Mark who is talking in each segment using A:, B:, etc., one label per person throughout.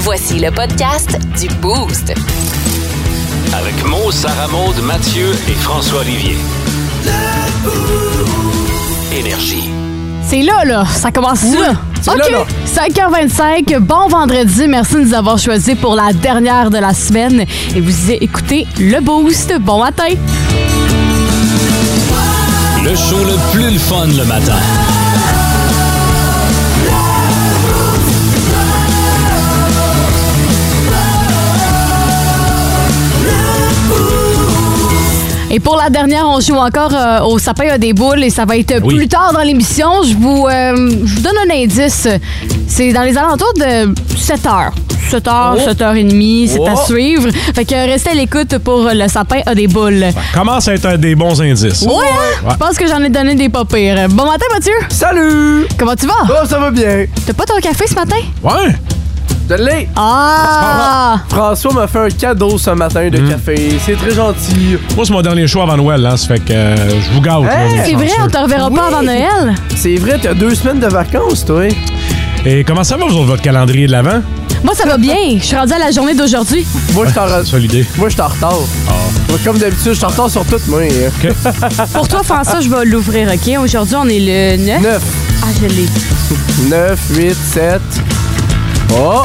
A: Voici le podcast du Boost.
B: Avec Mo, Sarah Maud, Mathieu et François Olivier. Énergie.
C: C'est là, là. Ça commence là.
D: c'est
C: OK.
D: là, là.
C: 5h25. Bon vendredi. Merci de nous avoir choisis pour la dernière de la semaine. Et vous écoutez Le Boost. Bon matin.
B: Le show le plus le fun le matin.
C: Et pour la dernière, on joue encore euh, au sapin à des boules et ça va être
B: Oui.
C: plus tard dans l'émission. Je vous, euh, je vous donne un indice. C'est dans les alentours de 7 h 7 h 7h30, c'est à
D: Oh.
C: suivre. Fait que restez à l'écoute pour le sapin à des boules. Ouais,
E: Commence à être un des bons indices.
D: Oh!
C: hein? Je pense que j'en ai donné des pas pires. Bon matin, Mathieu.
D: Salut!
C: Comment tu vas?
D: Oh, ça va bien.
C: T'as pas ton café ce matin?
E: Ouais.
D: Je l'ai.
C: Ah!
D: François m'a fait un cadeau ce matin
E: Mm.
D: de café. C'est très gentil.
E: Moi, c'est mon dernier choix avant Noël, hein. Ça fait que euh, je vous gâte. là,
D: Hey!
E: vous
C: C'est vrai, on
E: chanceux.
C: te reverra pas avant Noël?
D: C'est vrai, t'as deux semaines de vacances, toi. hein?
E: Et comment ça va, vous autres, votre calendrier de l'avant?
C: Moi, ça va bien. Je suis rendue à la journée d'aujourd'hui.
D: Moi, je t'en
E: C'est ça l'idée.
D: Moi, je suis en retard.
E: Ah.
D: Moi, Comme d'habitude, je suis en retard sur toutes, hein. moi.
C: Pour toi, François, je vais l'ouvrir, OK? Aujourd'hui, on est le 9.
D: 9,
C: Ah, je l'ai.
D: 9, 8, 7. Oh!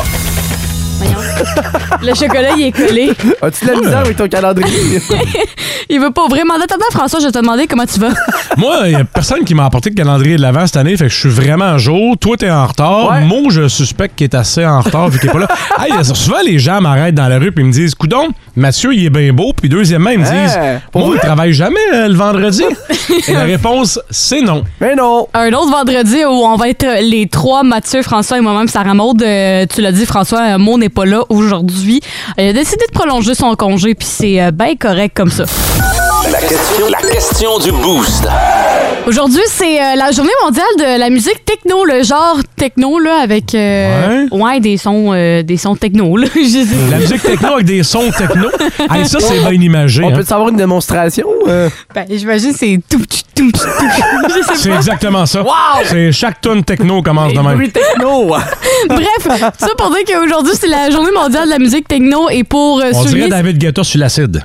C: Le chocolat, il est collé.
D: As-tu de la misère avec ton calendrier?
C: Il veut pas ouvrir. Mais en attendant, François, je vais te demander comment tu vas.
E: Moi, il n'y a personne qui m'a apporté le calendrier de l'avant cette année, fait que je suis vraiment à jour. Toi, t'es en retard.
D: Ouais.
E: Moi, je suspecte qu'il est assez en retard vu qu'il est pas là. hey, souvent, les gens m'arrêtent dans la rue puis ils me disent Coudon, Mathieu, il est bien beau. Puis deuxièmement, ils me disent
D: Hein, pour
E: Moi, il travaille jamais euh, le vendredi. Et la réponse, c'est non.
D: Mais non!
C: Un autre vendredi où on va être les trois, Mathieu, François et moi-même, Sarah Maud. Euh, tu l'as dit, François, euh, Maud n'est pas là aujourd'hui. Il a décidé de prolonger son congé, puis c'est euh, ben correct comme ça.
B: La question, la question du boost.
C: Aujourd'hui, c'est euh, la journée mondiale de la musique techno, le genre techno, là, avec... euh, ouais. des sons, euh, des sons techno, là. Je sais pas.
E: La musique techno avec des sons techno. Hey, ça, c'est bien imagé.
D: On
E: hein.
D: peut savoir une démonstration? Euh,
C: Ben, J'imagine c'est tout, tout, tout, tout. Je sais
E: C'est
C: pas.
E: exactement ça.
D: Wow!
E: C'est chaque tune techno commence de même.
D: bruit techno!
C: Bref, ça pour dire qu'aujourd'hui, c'est la journée mondiale de la musique techno et pour euh,
E: On dirait
C: souligner...
E: David Guetta sur l'acide.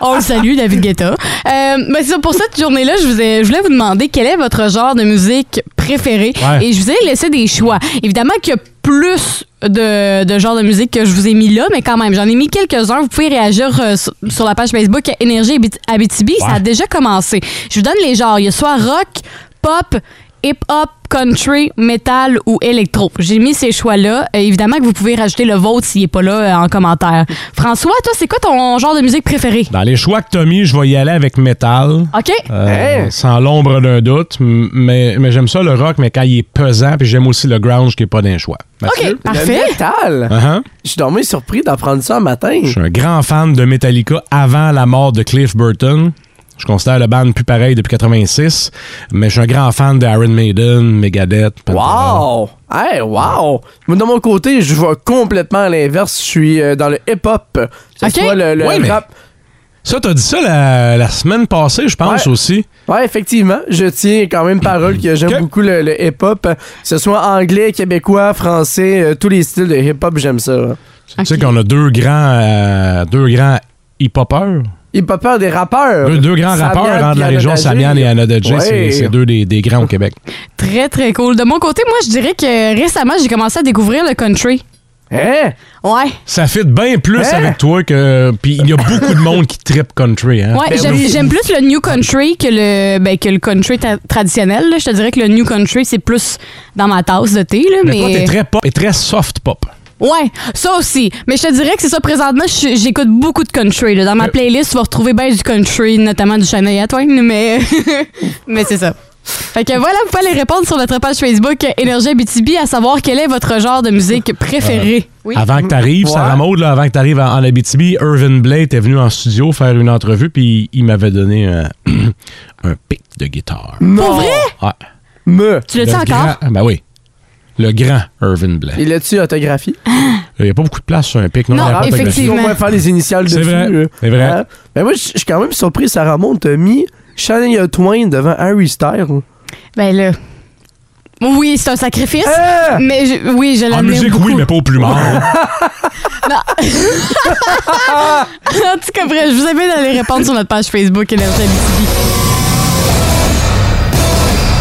C: On le salue, David Guetta. Euh, ben, c'est ça, pour cette journée-là, je, vous ai- je voulais vous demander quel est votre genre de musique préféré.
E: Ouais.
C: Et je vous ai laissé des choix. Évidemment qu'il y a plus de, de genres de musique que je vous ai mis là, mais quand même, j'en ai mis quelques-uns. Vous pouvez réagir euh, sur, sur la page Facebook Énergie Habit- Abitibi. Ça a
E: Ouais.
C: déjà commencé. Je vous donne les genres. Il y a soit rock, pop, hip-hop, country, metal ou électro. J'ai mis ces choix-là. Euh, évidemment que vous pouvez rajouter le vôtre s'il n'est pas là euh, en commentaire. François, toi, c'est quoi ton genre de musique préférée?
E: Dans les choix que t'as mis, je vais y aller avec métal.
C: OK.
E: Euh,
D: Hein?
E: Sans l'ombre d'un doute, m- mais, mais j'aime ça le rock, mais quand il est pesant, puis j'aime aussi le grunge qui est pas d'un choix. Merci.
C: OK, parfait.
D: Le métal!
E: Uh-huh.
D: Je suis dormi surpris d'apprendre ça un matin.
E: Je suis un grand fan de Metallica avant la mort de Cliff Burton. Je considère le band plus pareil depuis 86, mais je suis un grand fan de Iron Maiden, Megadeth. Pantera.
D: Wow! Hey, wow! Moi, de mon côté, je vois complètement à l'inverse. Je suis euh, dans le hip-hop. Que ce
C: Ok.
D: soit le, le
E: Ouais, mais-
D: rap.
E: Ça, t'as dit ça la, la semaine passée, je pense
D: Ouais.
E: aussi.
D: Ouais, effectivement. Je tiens quand même parole que j'aime
E: Ok.
D: beaucoup le, le hip-hop. Que ce soit anglais, québécois, français, euh, tous les styles de hip-hop, j'aime ça.
E: Tu sais qu'on a deux grands, euh, deux grands hip-hoppers.
D: Hip-hopper des rappeurs.
E: Deux, deux grands
D: Samian
E: rappeurs hein, de la
D: puis
E: région,
D: Anodagé.
E: Samian et Anodagé.
D: Euh, Ouais.
E: C'est c'est deux des, des grands au Québec.
C: Très, très cool. De mon côté, moi, je dirais que récemment, j'ai commencé à découvrir le country.
D: Hein?
C: Ouais.
E: Ça fit bien plus
D: Hein?
E: avec toi que. Puis il y a beaucoup de monde qui tripe country. Hein?
C: Ouais, j'aime
D: oui.
C: j'aime plus le new country que le, ben, que le country ta- traditionnel. là. Je te dirais que le new country, c'est plus dans ma tasse de thé. Là, mais
E: Mais toi, t'es très pop et très soft pop.
C: Ouais, ça aussi. Mais je te dirais que c'est ça présentement, je- j'écoute beaucoup de country. là. Dans ma
E: Euh.
C: playlist, tu vas retrouver bien du country, notamment du Shania Twain, mais, mais c'est ça. Fait que voilà, vous pouvez aller répondre sur notre page Facebook Énergie BTB à savoir quel est votre genre de musique préféré. Oui.
E: Euh, Avant que t'arrives,
D: Ouais.
E: Sarah Maud, là, avant que t'arrives en en Abitibi, Irvin Blade est venu en studio faire une entrevue, puis il m'avait donné un, un pic de guitare.
D: Non.
C: Pour vrai?
E: Ouais.
D: Me.
C: Tu l'as-tu
E: Le
C: encore?
E: grand- Ben oui. Le grand Irvin Blade.
D: Il l'a-tu autographié?
E: Il n'y a pas beaucoup de place sur un pic.
C: Non,
E: il y a pas de
C: effectivement.
E: place.
D: Au moins faire les initiales
E: C'est
D: dessus.
E: vrai,
D: euh.
E: c'est vrai.
D: Hein? Mais moi, je je suis quand même surpris, Sarah Monte a mis Shania Twain devant Harry Styles.
C: Ben là, Oui, c'est un sacrifice.
D: Ah!
C: Mais je- oui, je
E: En
C: l'admire
E: musique,
C: beaucoup.
E: oui, mais pas au plus mort.
C: en tout cas, bref, je vous invite à aller répondre sur notre page Facebook Énergie Abitibi.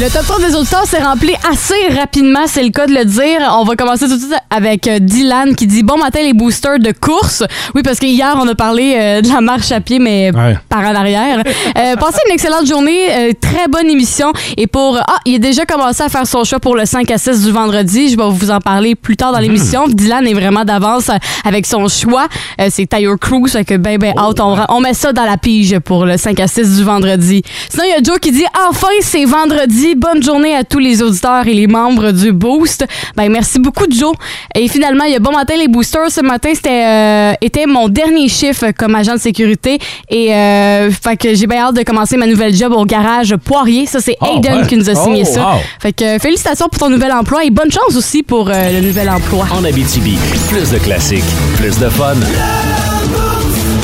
C: Le top 3 des auditeurs s'est rempli assez rapidement, c'est le cas de le dire. On va commencer tout de suite avec euh, Dylan qui dit Bon matin, les boosters de course. Oui, parce que hier, on a parlé euh, de la marche à pied, mais
E: Ouais.
C: par en arrière. Euh, passez une excellente journée, euh, très bonne émission. Et pour. Ah, il a déjà commencé à faire son choix pour le 5 à 6 du vendredi. Je vais vous en parler plus tard dans
E: Mhm.
C: l'émission. Dylan est vraiment d'avance euh, avec son choix. Euh, c'est Tyre Cruise, fait que ben, ben,
E: Oh,
C: out, on, on met ça dans la pige pour le 5 à 6 du vendredi. Sinon, il y a Joe qui dit Enfin, c'est vendredi. Bonne journée à tous les auditeurs et les membres du Boost. Ben, merci beaucoup, Joe. Et finalement, il y a Bon Matin, les Boosters. Ce matin, c'était euh, était mon dernier chiffre comme agent de sécurité. Et euh, fait que j'ai bien hâte de commencer ma nouvelle job au garage Poirier. Ça, c'est
E: Oh,
C: Aiden
E: ouais.
C: qui nous a signé
E: Oh,
C: ça.
E: wow.
C: Fait que euh, félicitations pour ton nouvel emploi et bonne chance aussi pour euh, le nouvel emploi.
B: En Abitibi, plus de classiques, plus de fun.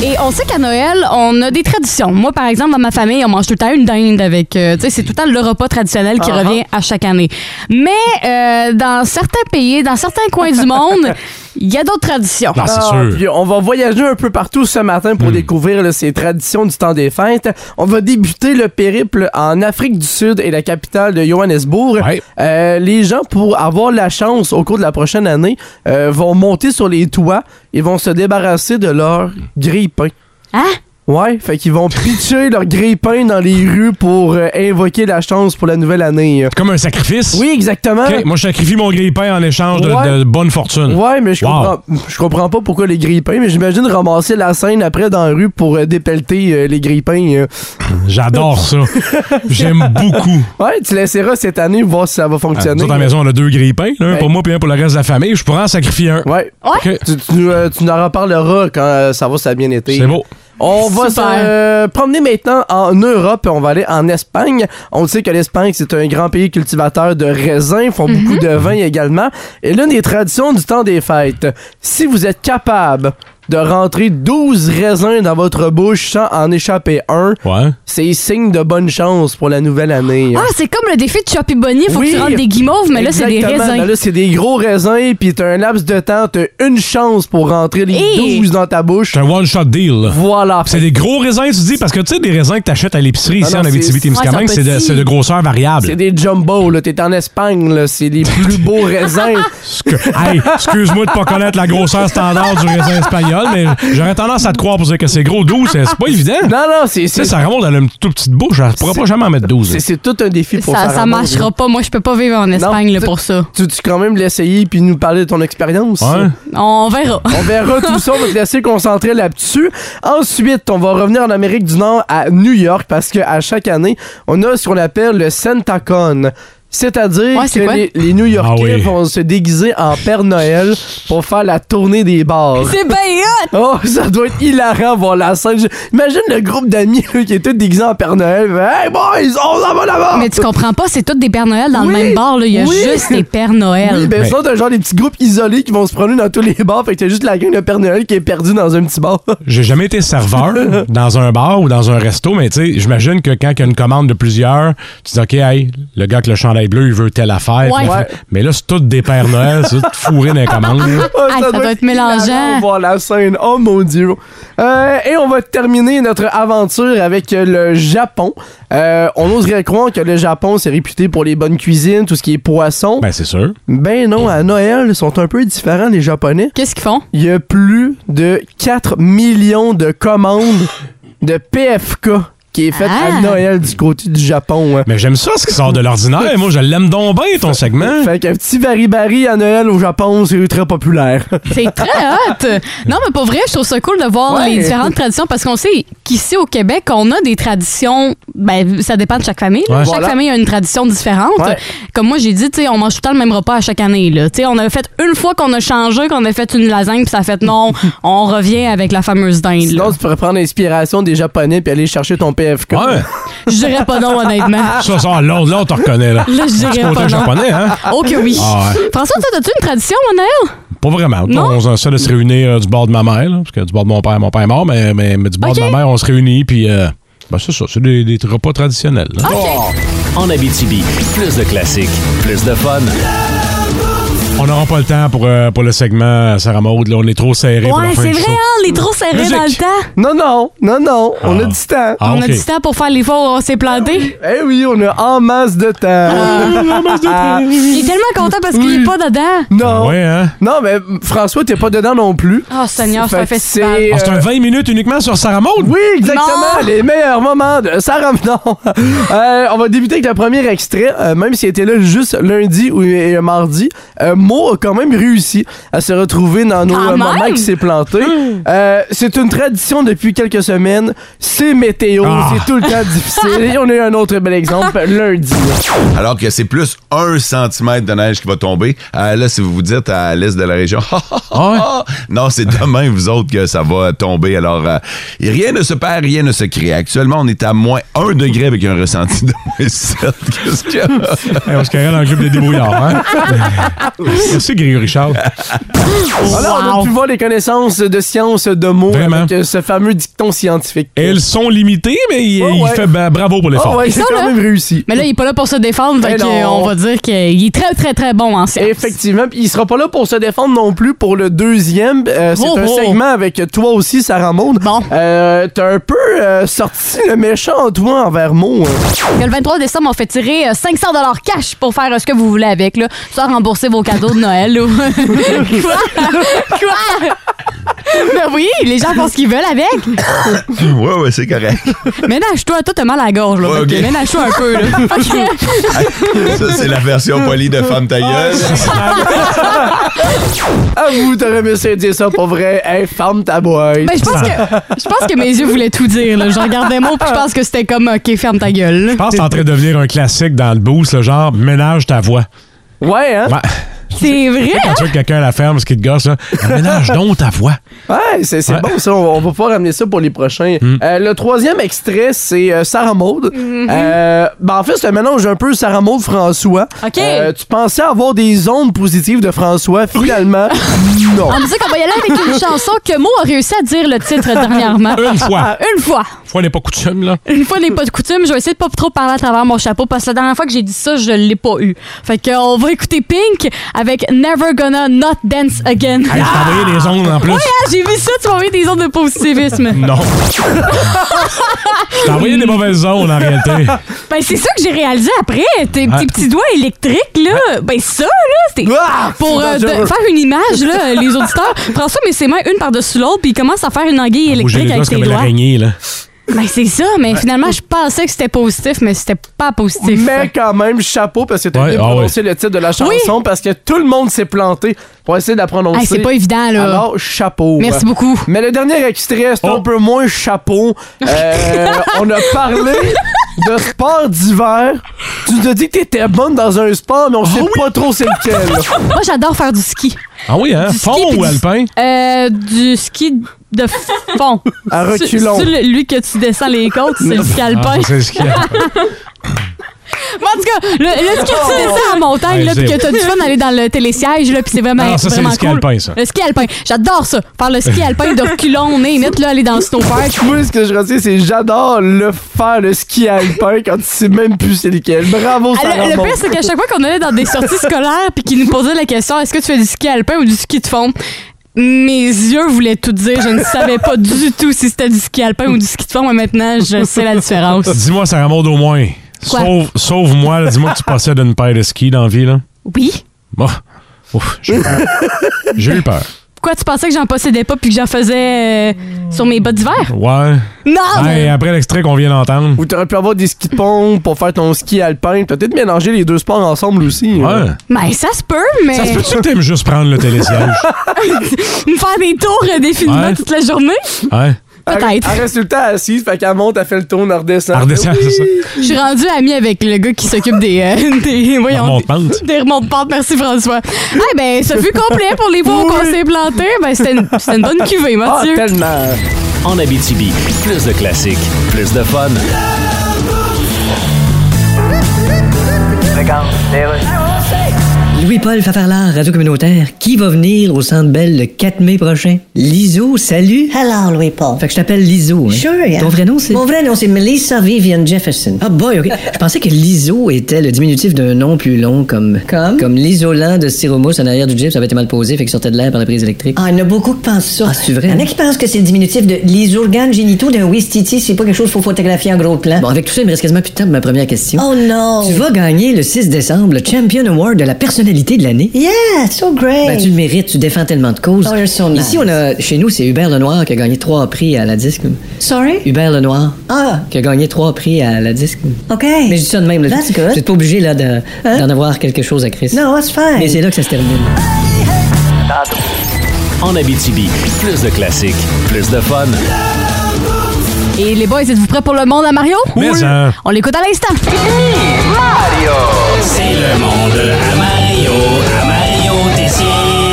C: Et on sait qu'à Noël, on a des traditions. Moi, par exemple, dans ma famille, on mange tout le temps une dinde avec. euh, tu sais, c'est tout le temps le repas traditionnel
D: Uh-huh.
C: qui revient à chaque année. Mais euh, dans certains pays, dans certains coins du monde, il y a d'autres traditions.
E: Non, c'est
D: Ah,
E: sûr. Hmm.
D: puis on va voyager un peu partout ce matin pour découvrir là, ces traditions du temps des fêtes. On va débuter le périple en Afrique du Sud et la capitale de Johannesburg.
E: Ouais.
D: Euh, les gens, pour avoir la chance au cours de la prochaine année, euh, vont monter sur les toits et vont se débarrasser de leur grille-pain.
C: Hein?
D: Ouais, fait qu'ils vont pitcher leur grille-pain dans les rues pour euh, invoquer la chance pour la nouvelle année.
E: Comme un sacrifice.
D: Oui, exactement.
E: Ok, Moi, je sacrifie mon grille-pain en échange de,
D: Ouais.
E: de bonne fortune.
D: Ouais, mais je
E: Wow.
D: comprends, je comprends pas pourquoi les grille-pains, mais j'imagine ramasser la scène après dans la rue pour euh, dépelleter euh, les grille-pains. euh.
E: J'adore ça. J'aime beaucoup.
D: Ouais, tu laisseras cette année voir si ça va
E: Ah,
D: fonctionner.
E: Nous autres, à la maison, on a deux grille-pains. là, Un
D: Ouais.
E: pour moi puis un pour le reste de la famille. Je pourrais en sacrifier un.
D: Ouais.
E: Ok.
D: Tu, tu nous, euh, tu nous en reparleras quand euh, ça va, ça a bien été.
E: C'est beau.
D: On va se
C: Super.
D: euh, promener maintenant en Europe et on va aller en Espagne. On sait que l'Espagne, c'est un grand pays cultivateur de raisins, font
C: Mhm.
D: beaucoup de vin également. Et l'une des traditions du temps des fêtes, si vous êtes capable de rentrer 12 raisins dans votre bouche sans en échapper un,
E: Ouais.
D: c'est signe de bonne chance pour la nouvelle année.
C: Ah, c'est comme le défi de Choppy Bonnie. Faut
D: Oui.
C: que tu rentres des guimauves, mais là, c'est des
D: Exactement.
C: raisins.
D: Ben là, c'est des gros raisins, puis t'as un laps de temps, t'as une chance pour rentrer les
C: Et-
D: 12 dans ta bouche.
E: C'est un one-shot deal. là.
D: Voilà.
E: C'est des gros raisins, tu dis, parce que tu sais, des raisins que t'achètes à l'épicerie
D: Non,
E: ici
D: non,
E: en
D: c'est-
E: Abitibi-Témiscamingue,
C: Ouais,
E: c'est
C: ils sont
E: de,
C: petits.
E: c'est de grosseur
D: C'est
E: variable.
D: des jumbo, là. T'es en Espagne, là. C'est les plus beaux raisins.
E: Ce que- Hey, excuse-moi de pas connaître la grosseur standard du raisin espagnol, mais j'aurais tendance à te croire pour dire que c'est gros 12, c'est c'est pas évident. Tu
D: Non, non, c'est.
E: sais,
D: C'est
E: ça remonte à une toute petite bouche, je pourrais pas jamais en mettre 12.
D: c'est- c'est tout un défi pour
C: Ça,
D: faire
C: ça
D: un monde,
C: marchera
D: là.
C: Oh, pas. Moi, je peux pas vivre en Espagne là,
D: tu-
C: pour ça.
D: Tu tu quand même l'essayer puis nous parler de ton expérience.
E: Ouais.
C: On verra.
D: On verra tout ça, on va te laisser concentrer là-dessus. Ensuite, on va revenir en Amérique du Nord à New York parce qu'à chaque année, on a ce qu'on appelle le SantaCon. C'est-à-dire
C: Ouais, c'est
D: que
C: quoi?
D: les, les New Yorkais
E: Ah oui.
D: vont se déguiser en Père Noël pour faire la tournée des bars.
C: C'est bien hot!
D: Oh, ça doit être hilarant voir la scène. Je- Imagine le groupe d'amis là, qui est tout déguisé en Père Noël. Hey boys, on s'en va là-bas!
C: Mais tu comprends pas, c'est toutes des Pères Noël dans le
D: Oui.
C: même bar. là. Il y a
D: Oui.
C: juste des Pères Noël.
D: Oui, ben
E: Ouais.
D: ça, t'as genre des petits groupes isolés qui vont se promener dans tous les bars. Fait que t'as juste la gang de Père Noël qui est perdue dans un petit bar.
E: J'ai jamais été serveur dans un bar ou dans un resto, mais tu sais, j'imagine que quand il y a une commande de plusieurs, tu dis, OK, hey, le gars avec le chandail bleu, il veut telle affaire.
C: Ouais.
E: Puis la-
D: Ouais.
E: Mais là, c'est tout des Pères Noël, c'est tout fourré dans les commandes. là.
D: Ah,
C: Ah, ça doit être mélangeant.
D: hilarant de voir la scène. Oh mon dieu. Euh, et on va terminer notre aventure avec euh, le Japon. Euh, on oserait croire que le Japon, c'est réputé pour les bonnes cuisines, tout ce qui est poisson.
E: Ben, c'est sûr.
D: Ben non, à Noël, ils sont un peu différents, les Japonais.
C: Qu'est-ce qu'ils font?
D: Il y a plus de 4 millions de commandes de PFK qui est faite
C: Ah.
D: à Noël du côté du Japon. hein.
E: Mais j'aime ça, ce qui sort de l'ordinaire. Moi, je l'aime donc bien, ton segment.
D: Fait qu'un petit baribari à Noël au Japon, c'est très populaire.
C: C'est très hot! Non, mais pour vrai, je trouve ça cool de voir
D: Ouais.
C: les différentes traditions parce qu'on sait qu'ici au Québec, on a des traditions. Ben, ça dépend de chaque famille. là.
E: Ouais.
C: Chaque
D: Voilà.
C: famille a une tradition différente.
D: Ouais.
C: Comme moi, j'ai dit, tu sais, on mange tout le temps le même repas à chaque année. Là. Tu sais, On a fait une fois qu'on a changé, qu'on a fait une lasagne, puis ça a fait non, on revient avec la fameuse dinde. là.
D: Sinon, tu pourrais prendre l'inspiration des Japonais puis aller chercher ton PFK.
E: Ouais.
C: Je dirais pas non, honnêtement.
E: Ça, ça, l'autre, là, on te reconnaît, là.
C: Là, je
E: Du
C: dirais
E: côté
C: pas non.
E: japonais, hein?
C: Oh que oui.
E: Ah ouais.
C: François, toi, as-tu une tradition, mon Noël?
E: Pas vraiment.
C: Non?
E: On s'en de se réunir euh, du bord de ma mère, là, parce que du bord de mon père, mon père est mort, mais, mais, mais du bord
C: Ok.
E: de ma mère, on se réunit, puis euh, ben, c'est ça, c'est des, des repas traditionnels. là.
B: En Abitibi, plus de classiques, plus de fun.
C: Ah.
E: On n'aura pas le temps pour, euh, pour le segment Sarah Maud, là, on est trop serré pour la
C: Ouais,
E: fin
C: c'est
E: du
C: vrai,
E: show.
C: hein, les trop serrés dans le
E: Musique.
C: temps.
D: Non, non, non, non, on a du temps.
E: Ah,
C: On
E: ok.
C: a du temps pour faire les fois où on s'est planté.
D: Eh oui, on a en masse de temps.
C: Ah.
D: Ah.
C: Il est tellement content parce qu'il est pas dedans.
D: Non.
E: Ouais, hein?
D: Non, mais François, t'es pas dedans non plus.
C: Oh, Seigneur, c'est un
D: que
C: festival.
D: c'est,
E: Ah, c'est
D: euh,
E: un 20 minutes uniquement sur Sarah Maud?
D: Oui, exactement.
C: Non.
D: Les meilleurs moments de Sarah Non. Euh, on va débuter avec le premier extrait, euh, même s'il était là juste lundi ou et, euh, mardi. Euh, Mo a quand même réussi à se retrouver dans nos
C: Quand
D: euh, moments
C: même. Hum.
D: qui s'est planté. Euh, c'est une tradition depuis quelques semaines. C'est météo,
E: Ah.
D: c'est tout le temps difficile. Et on a eu un autre bel exemple lundi.
F: Alors que c'est plus un centimètre de neige qui va tomber. Euh, là, si vous vous dites à l'est de la région,
E: Ah
F: non, c'est demain, vous autres, que ça va tomber. Alors, euh, rien ne se perd, rien ne se crée. Actuellement, on est à moins un degré avec un ressenti de moins 7. Qu'est-ce que...
E: Eh, on se carrait dans le club des débrouillards, hein? Merci, Grégory Richard.
D: Alors, on a pu voir les connaissances de science de mots
E: Vraiment.
D: avec euh, ce fameux dicton scientifique.
E: Elles sont limitées, mais il,
D: Oh,
E: il
D: ouais.
E: fait ben, bravo pour
D: Ah
E: l'effort.
D: ouais,
C: Ils
D: c'est
C: sont
D: quand
C: là.
D: même réussi.
C: Mais là, il est pas là pour se défendre,
D: Ben
C: fait que, euh,
D: non.
C: on va dire qu'il est très, très, très bon en science.
D: Effectivement. Puis il sera pas là pour se défendre non plus pour le deuxième. Euh, c'est
C: Oh,
D: un
C: oh.
D: segment avec toi aussi, Sarah Maud.
C: Bon.
D: Euh, T'as un peu euh, sorti le méchant, toi, envers Mo. hein.
C: Que Le 23 décembre, on fait tirer euh, 500 dollars cash pour faire euh, ce que vous voulez avec, là. Soit rembourser vos cadeaux de Noël, là. Quoi? Quoi? Mais oui, les gens font ce qu'ils veulent avec.
F: ouais, ouais, c'est correct.
C: Ménage-toi, toi, t'as mal à la gorge, là.
F: Ouais,
C: Fait que
F: ok.
C: Ménage-toi un peu, là. Ok.
F: ça, c'est la version polie de Femme ta gueule.
D: Ah, vous, t'aurais aimé ça dire ça pour vrai. Hey, ferme ta boîte.
C: Ben, je pense que, je pense que mes yeux voulaient tout dire, là. Je regardais Mo, puis je pense que c'était comme, OK, ferme ta gueule, là.
E: Je pense que c'est en train de devenir un classique dans le boost, le genre ménage ta voix.
D: Ouais, hein?
E: Ouais.
C: C'est vrai,
E: Quand tu veux que quelqu'un à la ferme, ce qui te gosse, là, ménage donc ta voix.
D: Ouais, c'est c'est
E: Ouais. Mm.
D: bon ça. On va, on va pouvoir amener ça pour les prochains. Euh, le troisième extrait, c'est euh, Sarah Maud.
C: Mm-hmm.
D: Euh, ben, en fait, c'est un mélange un peu Sarah Maud François.
C: Ok.
D: Euh, tu pensais avoir des ondes positives de François, finalement, non.
C: On me dit qu'on va y aller avec une chanson que Mo a réussi à dire le titre dernièrement.
E: Une fois.
C: Une fois.
E: Fois n'est pas coutume, là.
C: Une fois n'est pas de coutume, je vais essayer de pas trop parler à travers mon chapeau parce que la dernière fois que j'ai dit ça, je l'ai pas eu. Fait que euh, on va écouter Pink avec Never Gonna Not Dance Again.
E: Hey, je t'ai envoyé des ondes en plus.
C: Ah, j'ai vu ça, tu m'as envoyé des ondes de positivisme.
E: Non. je t'ai envoyé des mauvaises ondes, en réalité.
C: Ben c'est ça que j'ai réalisé après, tes
E: Ouais.
C: petits, petits doigts électriques là. Ben ça là, c'était
D: Ah,
C: pour
D: c'est
C: euh, de-
D: dangereux.
C: faire une image là, euh, les auditeurs, François met ses mains une par-dessus l'autre puis il commence à faire une anguille
E: Ah, Bouger
C: électrique avec ses
E: les doigts, c'est comme
C: doigts.
E: l'araignée, là.
C: Ben c'est ça, mais finalement je pensais que c'était positif mais c'était pas positif.
D: Mais quand même, chapeau, parce que t'as
E: Ouais,
D: bien
E: ah
D: prononcé le titre de la chanson, parce que tout le monde s'est planté pour essayer de la prononcer.
C: Hey, c'est pas évident là.
D: Alors, chapeau.
C: Merci beaucoup.
D: Mais le dernier extrait, c'est
E: Oh.
D: un peu moins chapeau. Euh, on a parlé de sport d'hiver. Tu nous as dit que t'étais bonne dans un sport, mais on sait pas trop c'est lequel.
C: Ah Moi, j'adore faire du ski.
E: Ah oui, hein?
C: Du ski
E: Fond
C: puis
E: ou
C: du-
E: alpin?
C: Euh, du ski de fond.
D: À reculons.
C: C'est- c'est le- lui que tu descends les côtes, c'est le ski
E: Ah,
C: alpin.
E: c'est le ski.
C: Moi, en tout cas, le, le ski que
D: Oh!
C: tu descends en montagne,
E: Ouais,
C: là, puis
E: c'est-
C: que t'as du fun d'aller dans le télésiège, là, puis c'est vraiment,
E: Ah, ça, c'est
C: vraiment
E: le ski
C: cool.
E: alpin, ça.
C: Le ski alpin. J'adore ça. Faire le ski alpin de reculons, nez, mettre là, aller dans le snowpark.
D: Moi, ce que je retiens, c'est j'adore le faire le ski alpin quand tu sais même plus c'est lequel. Bravo,
C: Ah,
D: Sarah
C: Le, le
D: Maud.
C: pire, c'est qu'à chaque fois qu'on allait dans des sorties scolaires puis qu'ils nous posaient la question est-ce que tu fais du ski alpin ou du ski de fond mes yeux voulaient tout dire. Je ne savais pas du tout si c'était du ski alpin ou du ski de fond, mais maintenant, je sais la différence.
E: Dis-moi, ça remonte au moins.
C: Quoi?
E: Sauve, sauve-moi, là. dis-moi que tu possèdes une paire de skis dans la vie, là.
C: Oui.
E: Bon. Ouf, j'ai eu peur. J'ai eu peur.
C: Quoi, tu pensais que j'en possédais pas puis que j'en faisais euh, sur mes bottes d'hiver?
E: Ouais.
C: Non!
E: Hey, après l'extrait qu'on vient d'entendre.
D: Ou t'aurais pu avoir des skis de pont pour faire ton ski alpin. Peut-être mélanger les deux sports ensemble aussi. hein.
E: Ouais.
C: Mais Ben, ça se peut, mais
E: Ça se peut-tu que t'aimes juste prendre le télésiège?
C: me faire des tours euh, défilement
E: Ouais.
C: toute la journée?
E: Ouais.
D: Elle,
C: Peut-être.
D: elle reste tout le temps assise, fait qu'elle monte, elle fait le tour, elle redescend.
E: Elle redescend,
D: Oui.
E: c'est ça.
C: Je suis rendue amie avec le gars qui s'occupe des, euh, des, voyons,
E: remonte-pente.
C: des remontes-pentes. Merci François. Ah ben, ça fut complet pour les fois où on s'est planté. Ben, c'était une, c'était une bonne cuvée,
D: Ah,
C: Mathieu.
D: tellement.
B: En Abitibi, plus de classiques, plus de fun.
D: Il
G: Louis-Paul Fafarlard, Radio Communautaire, qui va venir au Centre Bell le 4 mai prochain? Liso, salut!
H: Hello, Louis-Paul.
G: Fait que je t'appelle Liso. Hein?
H: Sure, yeah.
G: Ton vrai nom, c'est...
H: Mon vrai nom, c'est Melissa Vivian Jefferson.
G: Ah boy, OK. Je pensais que l'ISO était le diminutif d'un nom plus long comme...
H: Comme?
G: Comme l'isolant de styromousse en arrière du jeep, ça avait été mal posé, fait qu'il sortait de l'air par la prise électrique.
H: Ah, il y en a beaucoup qui pensent ça.
G: Ah, c'est vrai,
H: Il y en a
G: hein?
H: qui pensent que c'est le diminutif de les organes génitaux d'un Wistiti, c'est pas quelque chose qu'il faut photographier en gros plan.
G: Bon, avec tout ça, il me reste quasiment plus de temps pour ma première question.
H: Oh non!
G: Tu vas gagner le 6 décembre le Champion Award de la personnalité de l'année.
H: Yeah, so great!
G: Ben, tu le mérites, tu défends tellement de causes.
H: Oh, you're so nice.
G: Ici, on a, chez nous, c'est Hubert Lenoir qui a gagné trois prix à la disque.
H: Sorry?
G: Hubert Lenoir,
H: Ah,
G: qui a gagné trois prix à la disque.
H: OK.
G: Mais je dis ça de même. Là,
H: That's
G: Tu-
H: good.
G: Vous êtes pas obligé là, de-
H: Hein?
G: d'en avoir quelque chose à Chris.
H: No, it's fine.
G: Mais c'est là que ça se termine.
B: En Abitibi, plus de classiques, plus de fun.
C: Et les boys, êtes-vous prêts pour le monde à Mario?
E: Mais ça.
C: On l'écoute à l'instant.
B: C'est le monde à Mario, à Mario Tessier.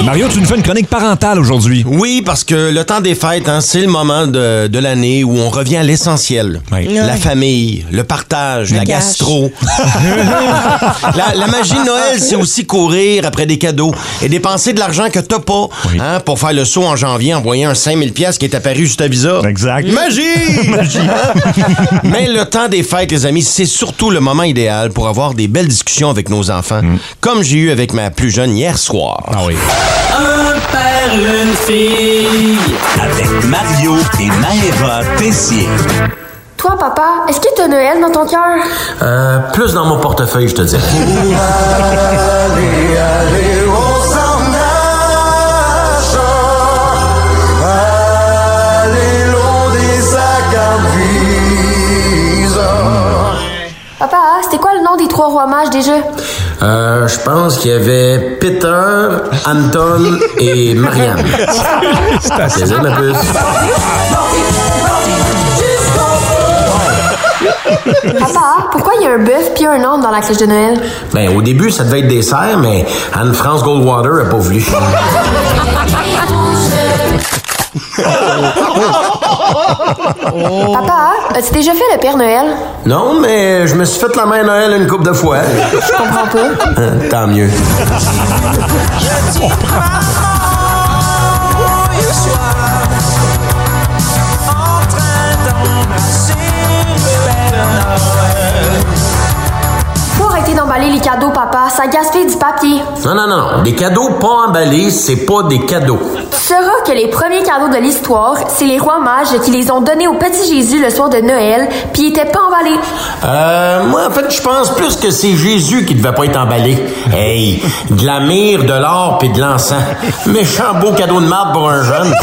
I: Mario, tu nous fais une chronique parentale aujourd'hui.
J: Oui, parce que le temps des fêtes, hein, c'est le moment de, de l'année où on revient à l'essentiel.
I: Oui.
J: La famille, le partage, la
H: cash.
J: gastro. la, la magie de Noël, c'est aussi courir après des cadeaux et dépenser de l'argent que t'as pas hein, pour faire le saut en janvier en voyant un 5000 pièces qui est apparu sur ta visa.
I: Exact.
J: Magie! Mais le temps des fêtes, les amis, c'est surtout le moment idéal pour avoir des belles discussions avec nos enfants,
I: Mm.
J: comme j'ai eu avec ma plus jeune hier soir.
E: Ah oui.
B: Un père, une fille.
I: Avec Mario et Maëva Tessier.
K: Toi, papa, est-ce que t'as Noël dans ton cœur?
J: Euh, plus dans mon portefeuille, je te dirais.
K: Papa, c'était quoi le nom des trois rois mages déjà?
J: Euh, je pense qu'il y avait Peter, Anton et Marianne. Désolé, ma puce.
K: Papa, pourquoi il y a un bœuf puis un âne dans la cloche de Noël?
J: Ben, au début, ça devait être dessert, mais Anne-France Goldwater a pas voulu.
K: Papa, as-tu déjà fait le Père Noël?
J: Non, mais je me suis fait la main à Noël une couple de fois.
K: Je comprends pas.
J: Hein, Tant mieux.
I: Oh.
K: Faut arrêter d'emballer les cadeaux, papa. Ça gaspille du papier.
J: Non, non, non. Des cadeaux pas emballés, c'est pas des cadeaux.
K: Tu sauras que les premiers cadeaux de l'histoire, c'est les rois mages qui les ont donnés au petit Jésus le soir de Noël, puis ils étaient pas emballés.
J: Euh, moi, en fait, je pense plus que c'est Jésus qui devait pas être emballé. Hey, de la mire, de l'or puis de l'encens. Méchant beau cadeau de marde pour un jeune.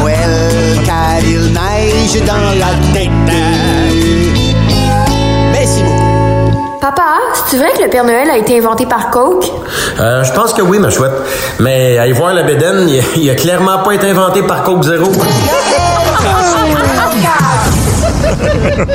G: Noël, car il neige dans la tête. Merci beaucoup.
K: Papa, c'est vrai que le Père Noël a été inventé par Coke?
J: Euh, je pense que oui, ma chouette. Mais allez voir la bédaine, il, a- il a clairement pas été inventé par Coke Zero.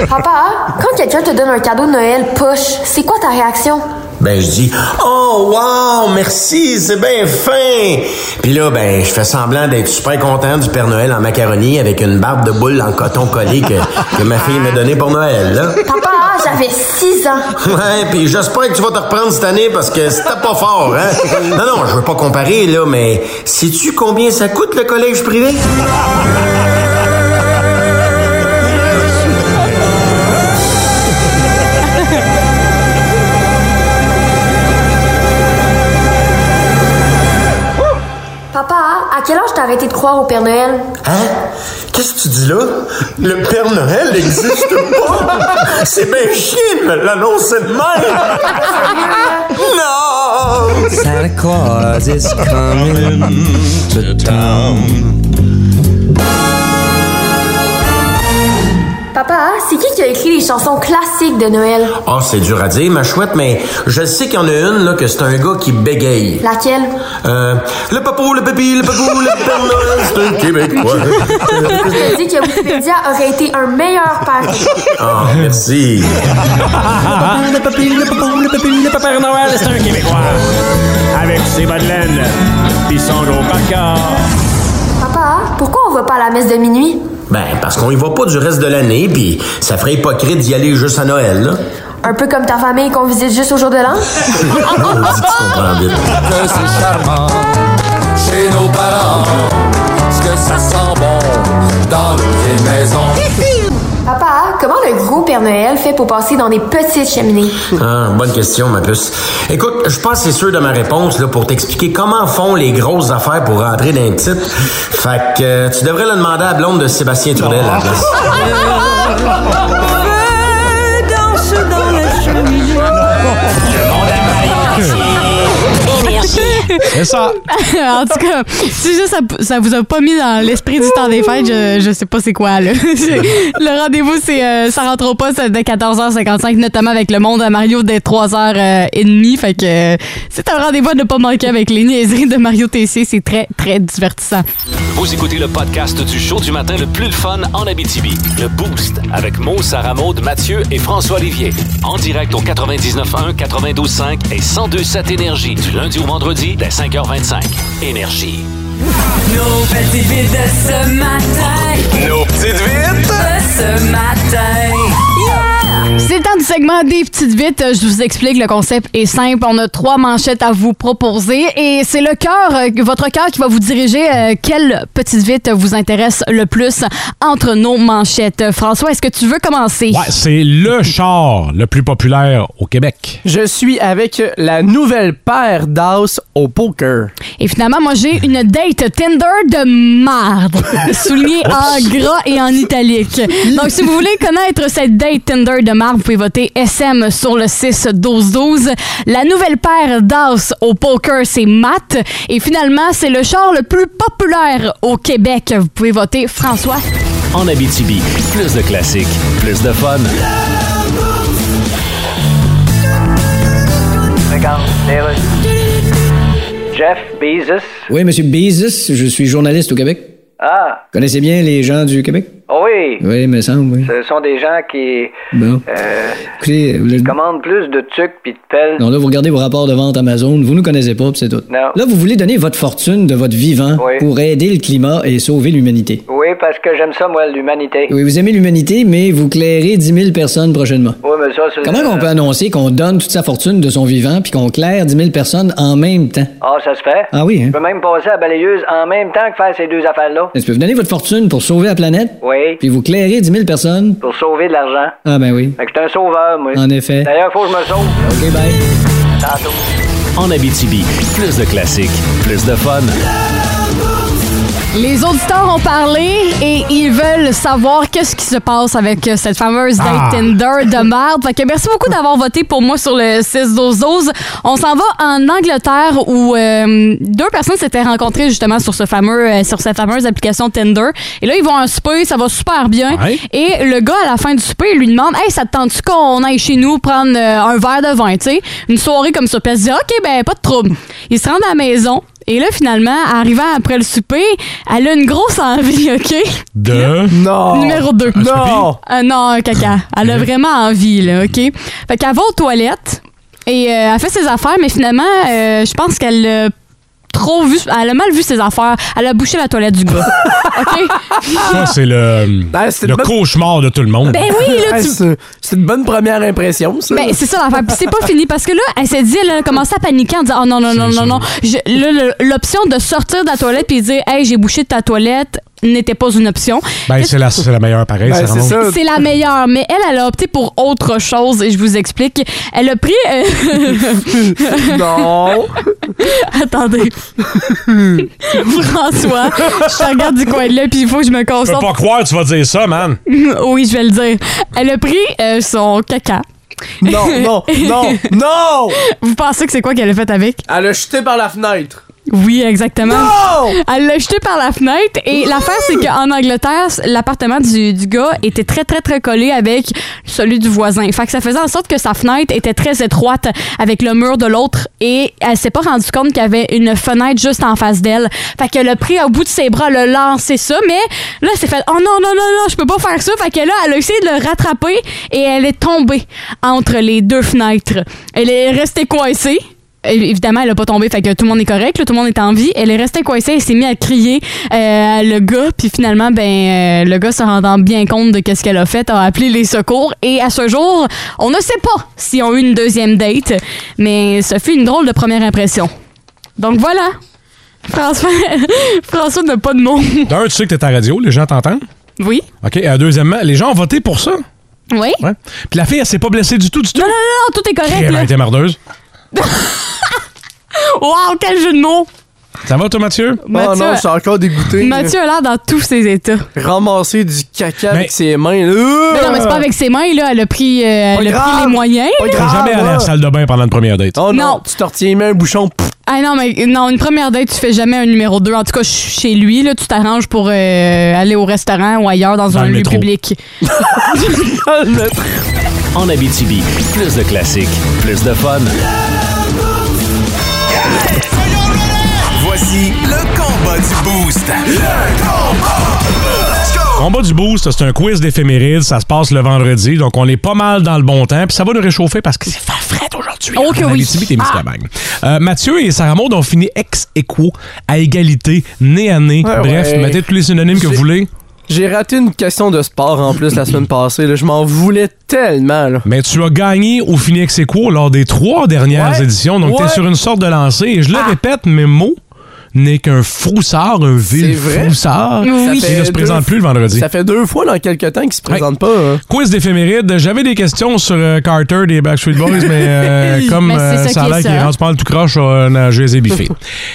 K: Papa, quand quelqu'un te donne un cadeau de Noël poche, c'est quoi ta réaction?
J: Ben, je dis, oh, wow, merci, c'est bien fin. Puis là, ben, je fais semblant d'être super content du Père Noël en macaroni avec une barbe de boule en coton collé que, que ma fille m'a donnée pour Noël, là.
K: Papa, j'avais 6 ans.
J: Ouais, puis j'espère que tu vas te reprendre cette année parce que c'était pas fort, hein? Non, non, je veux pas comparer, là, mais sais-tu combien ça coûte le collège privé?
K: Papa, à quel âge t'as arrêté de croire au Père Noël?
J: Hein? Qu'est-ce que tu dis là? Le Père Noël n'existe pas! C'est bien chiant de me l'annoncer de même! Non!
G: Santa Claus is coming to town.
K: Papa, c'est qui qui a écrit les chansons classiques de Noël?
J: Ah, c'est dur à dire, ma chouette, mais je sais qu'il y en a une, là, que c'est un gars qui bégaye.
K: Laquelle?
J: Euh, le papo, le pépi, le papou, le Père Noël, c'est un Québécois.
K: Je te dis que Wikipédia aurait été un meilleur père.
J: Ah, merci.
I: Le papy, le papou, le papy, le papa Noël, c'est un Québécois. Avec ses madeleines, pis son gros parcours.
K: Papa, pourquoi on va pas à la messe de minuit?
J: Ben, parce qu'on y va pas du reste de l'année, puis ça ferait hypocrite d'y aller juste à Noël, là.
K: Un peu comme ta famille qu'on visite juste au jour de l'an?
L: Que c'est charmant chez nos parents. Que ça sent bon dans les maisons.
K: Papa, comment le gros Père Noël fait pour passer dans des petites cheminées?
J: Ah, bonne question, ma puce. Écoute, je pense que c'est sûr de ma réponse là, pour t'expliquer comment font les grosses affaires pour rentrer dans un titre. Fait que euh, tu devrais le demander à la blonde de Sébastien Trudel. à la place.
E: C'est ça.
C: Ah. en tout cas, si juste ça, ça vous a pas mis dans l'esprit du temps des fêtes, je, je sais pas c'est quoi. Là. le rendez-vous, c'est euh, ça rentre au poste de 14h55, notamment avec le monde à Mario dès 3h30. Fait que euh, c'est un rendez-vous à ne pas manquer avec les niaiseries de Mario Tessier. C'est très, très divertissant.
B: Vous écoutez le podcast du show du matin le plus le fun en Abitibi. Le Boost avec Mo, Sarah Maud, Mathieu et François Olivier. En direct au 99.1, 92.5 et 102.7 Énergie du lundi au vendredi dès 5h25. Énergie.
L: Nos petites vites de ce matin. Nos petites vites de ce matin.
C: C'est le temps du segment des petites vites. Euh, Je vous explique, le concept est simple. On a trois manchettes à vous proposer et c'est le cœur, euh, votre cœur qui va vous diriger euh, quelle petite vite vous intéresse le plus entre nos manchettes. François, est-ce que tu veux commencer?
E: Ouais, c'est le char le plus populaire au Québec.
D: Je suis avec la nouvelle paire d'as au poker.
C: Et finalement, moi, j'ai une date Tinder de marde, soulignée en
D: Oups.
C: gras et en italique. Donc, si vous voulez connaître cette date Tinder de marde, vous pouvez voter SM sur le 6-12-12. La nouvelle paire d'as au poker, c'est Matt. Et finalement, c'est le char le plus populaire au Québec. Vous pouvez voter François.
B: En Abitibi, plus de classiques, plus de fun.
M: Jeff Bezos.
G: Oui, Monsieur Bezos, je suis journaliste au Québec.
M: Ah,
G: Connaissez bien les gens du Québec?
M: oh oui.
G: Oui, me semble, oui.
M: Ce sont des gens qui,
G: Bon.
M: euh,
G: Écoutez, vous-
M: qui commandent plus de tucs puis de pelles.
G: non, là, vous regardez vos rapports de vente Amazon, vous nous connaissez pas, puis c'est tout.
M: Non.
G: Là, vous voulez donner votre fortune de votre vivant
M: Oui.
G: pour aider le climat et sauver l'humanité.
M: Oui, parce que j'aime ça, moi, l'humanité.
G: Oui, vous aimez l'humanité, mais vous clairez 10 000 personnes prochainement.
M: Oui, mais ça, c'est...
G: Comment on peut annoncer qu'on donne toute sa fortune de son vivant puis qu'on claire 10 000 personnes en même temps?
M: Ah, ça se fait.
G: Ah oui, hein?
M: Je peux même passer à la balayeuse en même temps que faire ces deux affaires-là.
G: Est-ce que vous donnez votre fortune pour sauver la planète?
M: Oui,
G: Puis vous clairez 10 000 personnes?
M: pour sauver de l'argent.
G: Ah ben oui.
M: Fait que je suis un sauveur, moi.
G: En effet.
M: D'ailleurs, faut que je me sauve.
G: OK, bye.
M: Tantôt.
B: En Abitibi, plus de classiques, plus de fun.
C: Les auditeurs ont parlé et ils veulent savoir qu'est-ce qui se passe avec euh, cette fameuse date
L: Ah.
C: Tinder de merde. Fait que merci beaucoup d'avoir voté pour moi sur le 6-12-12. On s'en va en Angleterre où euh, deux personnes s'étaient rencontrées justement sur ce fameux euh, sur cette fameuse application Tinder. Et là, ils vont à un souper, ça va super bien.
L: Ouais.
C: Et le gars, à la fin du souper, il lui demande Hey, ça te tente-tu qu'on aille chez nous prendre euh, un verre de vin, tu sais Une soirée comme ça. Puis elle se dit Ok, ben, pas de trouble. Ils se rendent à la maison. Et là, finalement, arrivant après le souper, elle a une grosse envie, OK
E: De.
L: Oh.
D: Non.
C: Numéro 2.
D: Non.
C: non, un caca. Elle a vraiment envie, là, OK? Fait qu'elle va aux toilettes et euh, elle fait ses affaires, mais finalement, euh, je pense qu'elle a trop vu. Elle a mal vu ses affaires. Elle a bouché la toilette du gars. OK?
E: Ça, c'est le,
D: Ben,
E: le cauchemar de tout le monde.
C: Ben oui, là,
D: Ouais,
C: tu-
D: c'est- C'est une bonne première impression, ça.
C: Ben, c'est ça l'affaire. Puis c'est pas fini parce que là, elle s'est dit, elle a commencé à paniquer en disant, oh non, non, non, non, non. Je- là, le- L'option de sortir de la toilette puis dire, hey, j'ai bouché de ta toilette n'était pas une option.
E: Ben, c'est la, c'est la meilleure, pareil.
D: Ben,
E: ça remonte.
C: C'est la meilleure, mais elle, elle a opté pour autre chose et je vous explique. Elle a pris. euh,
D: non.
C: Attendez. François, je te regarde du coin de là puis il faut que je me
E: Je peux
C: concentre.
E: pas croire que tu vas dire ça, man.
C: oui, je vais le dire. Elle a pris euh, son caca.
D: Non, non, non, non!
C: Vous pensez que c'est quoi qu'elle a fait avec?
D: Elle a jeté par la fenêtre.
C: Oui, exactement.
D: Non!
C: Elle l'a jeté par la fenêtre et l'affaire, c'est qu'en Angleterre, l'appartement du, du gars était très, très, très collé avec celui du voisin. Fait que ça faisait en sorte que sa fenêtre était très étroite avec le mur de l'autre et elle s'est pas rendue compte qu'il y avait une fenêtre juste en face d'elle. Fait qu'elle a pris au bout de ses bras, le lancé ça, mais là, elle s'est fait « Oh non, non, non, non, je peux pas faire ça! » Fait que là, elle a essayé de le rattraper et elle est tombée entre les deux fenêtres. Elle est restée coincée. é- évidemment, elle a pas tombé, fait que tout le monde est correct, là, tout le monde est en vie. Elle est restée coincée, elle s'est mise à crier euh, à le gars, puis finalement, ben, euh, le gars se rendant bien compte de qu'est-ce qu'elle a fait, a appelé les secours, et à ce jour, on ne sait pas si on a eu une deuxième date, mais ce fut une drôle de première impression. Donc voilà. François, François n'a pas de mots.
E: D'un, tu sais que t'es à la radio, les gens t'entendent.
C: Oui.
E: OK. euh, deuxièmement, les gens ont voté pour ça.
C: Oui?
E: Ouais. Puis la fille, elle s'est pas blessée du tout, du tout.
C: Non, non, non, tout est correct,
E: Elle a
C: là.
E: été mordeuse.
C: Wow, quel jeu de mots!
E: Ça va, toi, Mathieu?
D: Oh
C: Mathieu-
D: non, je suis encore dégoûté.
C: Mathieu a l'air dans tous ses états.
D: Ramasser du caca
E: Mais-
D: avec ses mains.
C: Mais non, mais c'est pas avec ses mains, là. Elle a pris, euh, elle a
D: Euh, grave,
C: pris les moyens. là.
E: T'es jamais allé à la salle de bain pendant une première date.
D: Oh
C: non, Non.
D: tu te retiens même un bouchon.
C: Ah non, mais non, une première date, tu fais jamais un numéro 2. En tout cas, ch- chez lui, là, tu t'arranges pour euh, aller au restaurant ou ailleurs dans,
B: Dans
C: un
B: le
C: lieu
B: métro.
C: public.
B: En Abitibi, plus de classiques, plus de fun.
N: Voici le combat du Boost. Le
E: Combat du boost, c'est un quiz d'éphémérides. Ça se passe le vendredi, donc on est pas mal dans le bon temps. Puis ça va nous réchauffer parce que c'est fa- frais aujourd'hui.
C: Oh que
E: en
C: oui.
E: Abitibi, Témiscamingue. Euh, Mathieu et Sarah Maud ont fini ex equo à égalité, nez à nez.
D: Ouais,
E: Bref,
D: ouais.
E: mettez tous les synonymes que vous
D: J'ai-
E: voulez.
D: J'ai raté une question de sport en plus la semaine passée. là. Je m'en voulais tellement. Là.
E: Mais tu as gagné au fini ex aequo lors des trois dernières
D: Ouais.
E: éditions, donc
D: Ouais. Ah.
E: t'es sur une sorte de lancée. Et je le répète, mes mots n'est qu'un froussard, un vil
D: vrai.
E: froussard
D: Ça
E: qui
D: fait
E: ne se
D: deux-
E: présente plus le vendredi.
D: Ça fait deux fois dans quelques temps qu'il se présente pas. hein.
E: Quiz d'éphéméride. J'avais des questions sur euh, Carter des Backstreet Boys, mais
D: Ben,
E: euh, comme
C: Mais c'est
E: euh,
C: ça
E: ça a
C: qui est
E: l'air qu'il
C: ça.
E: est rendu pas mal tout croche, euh, non, je les ai biffés.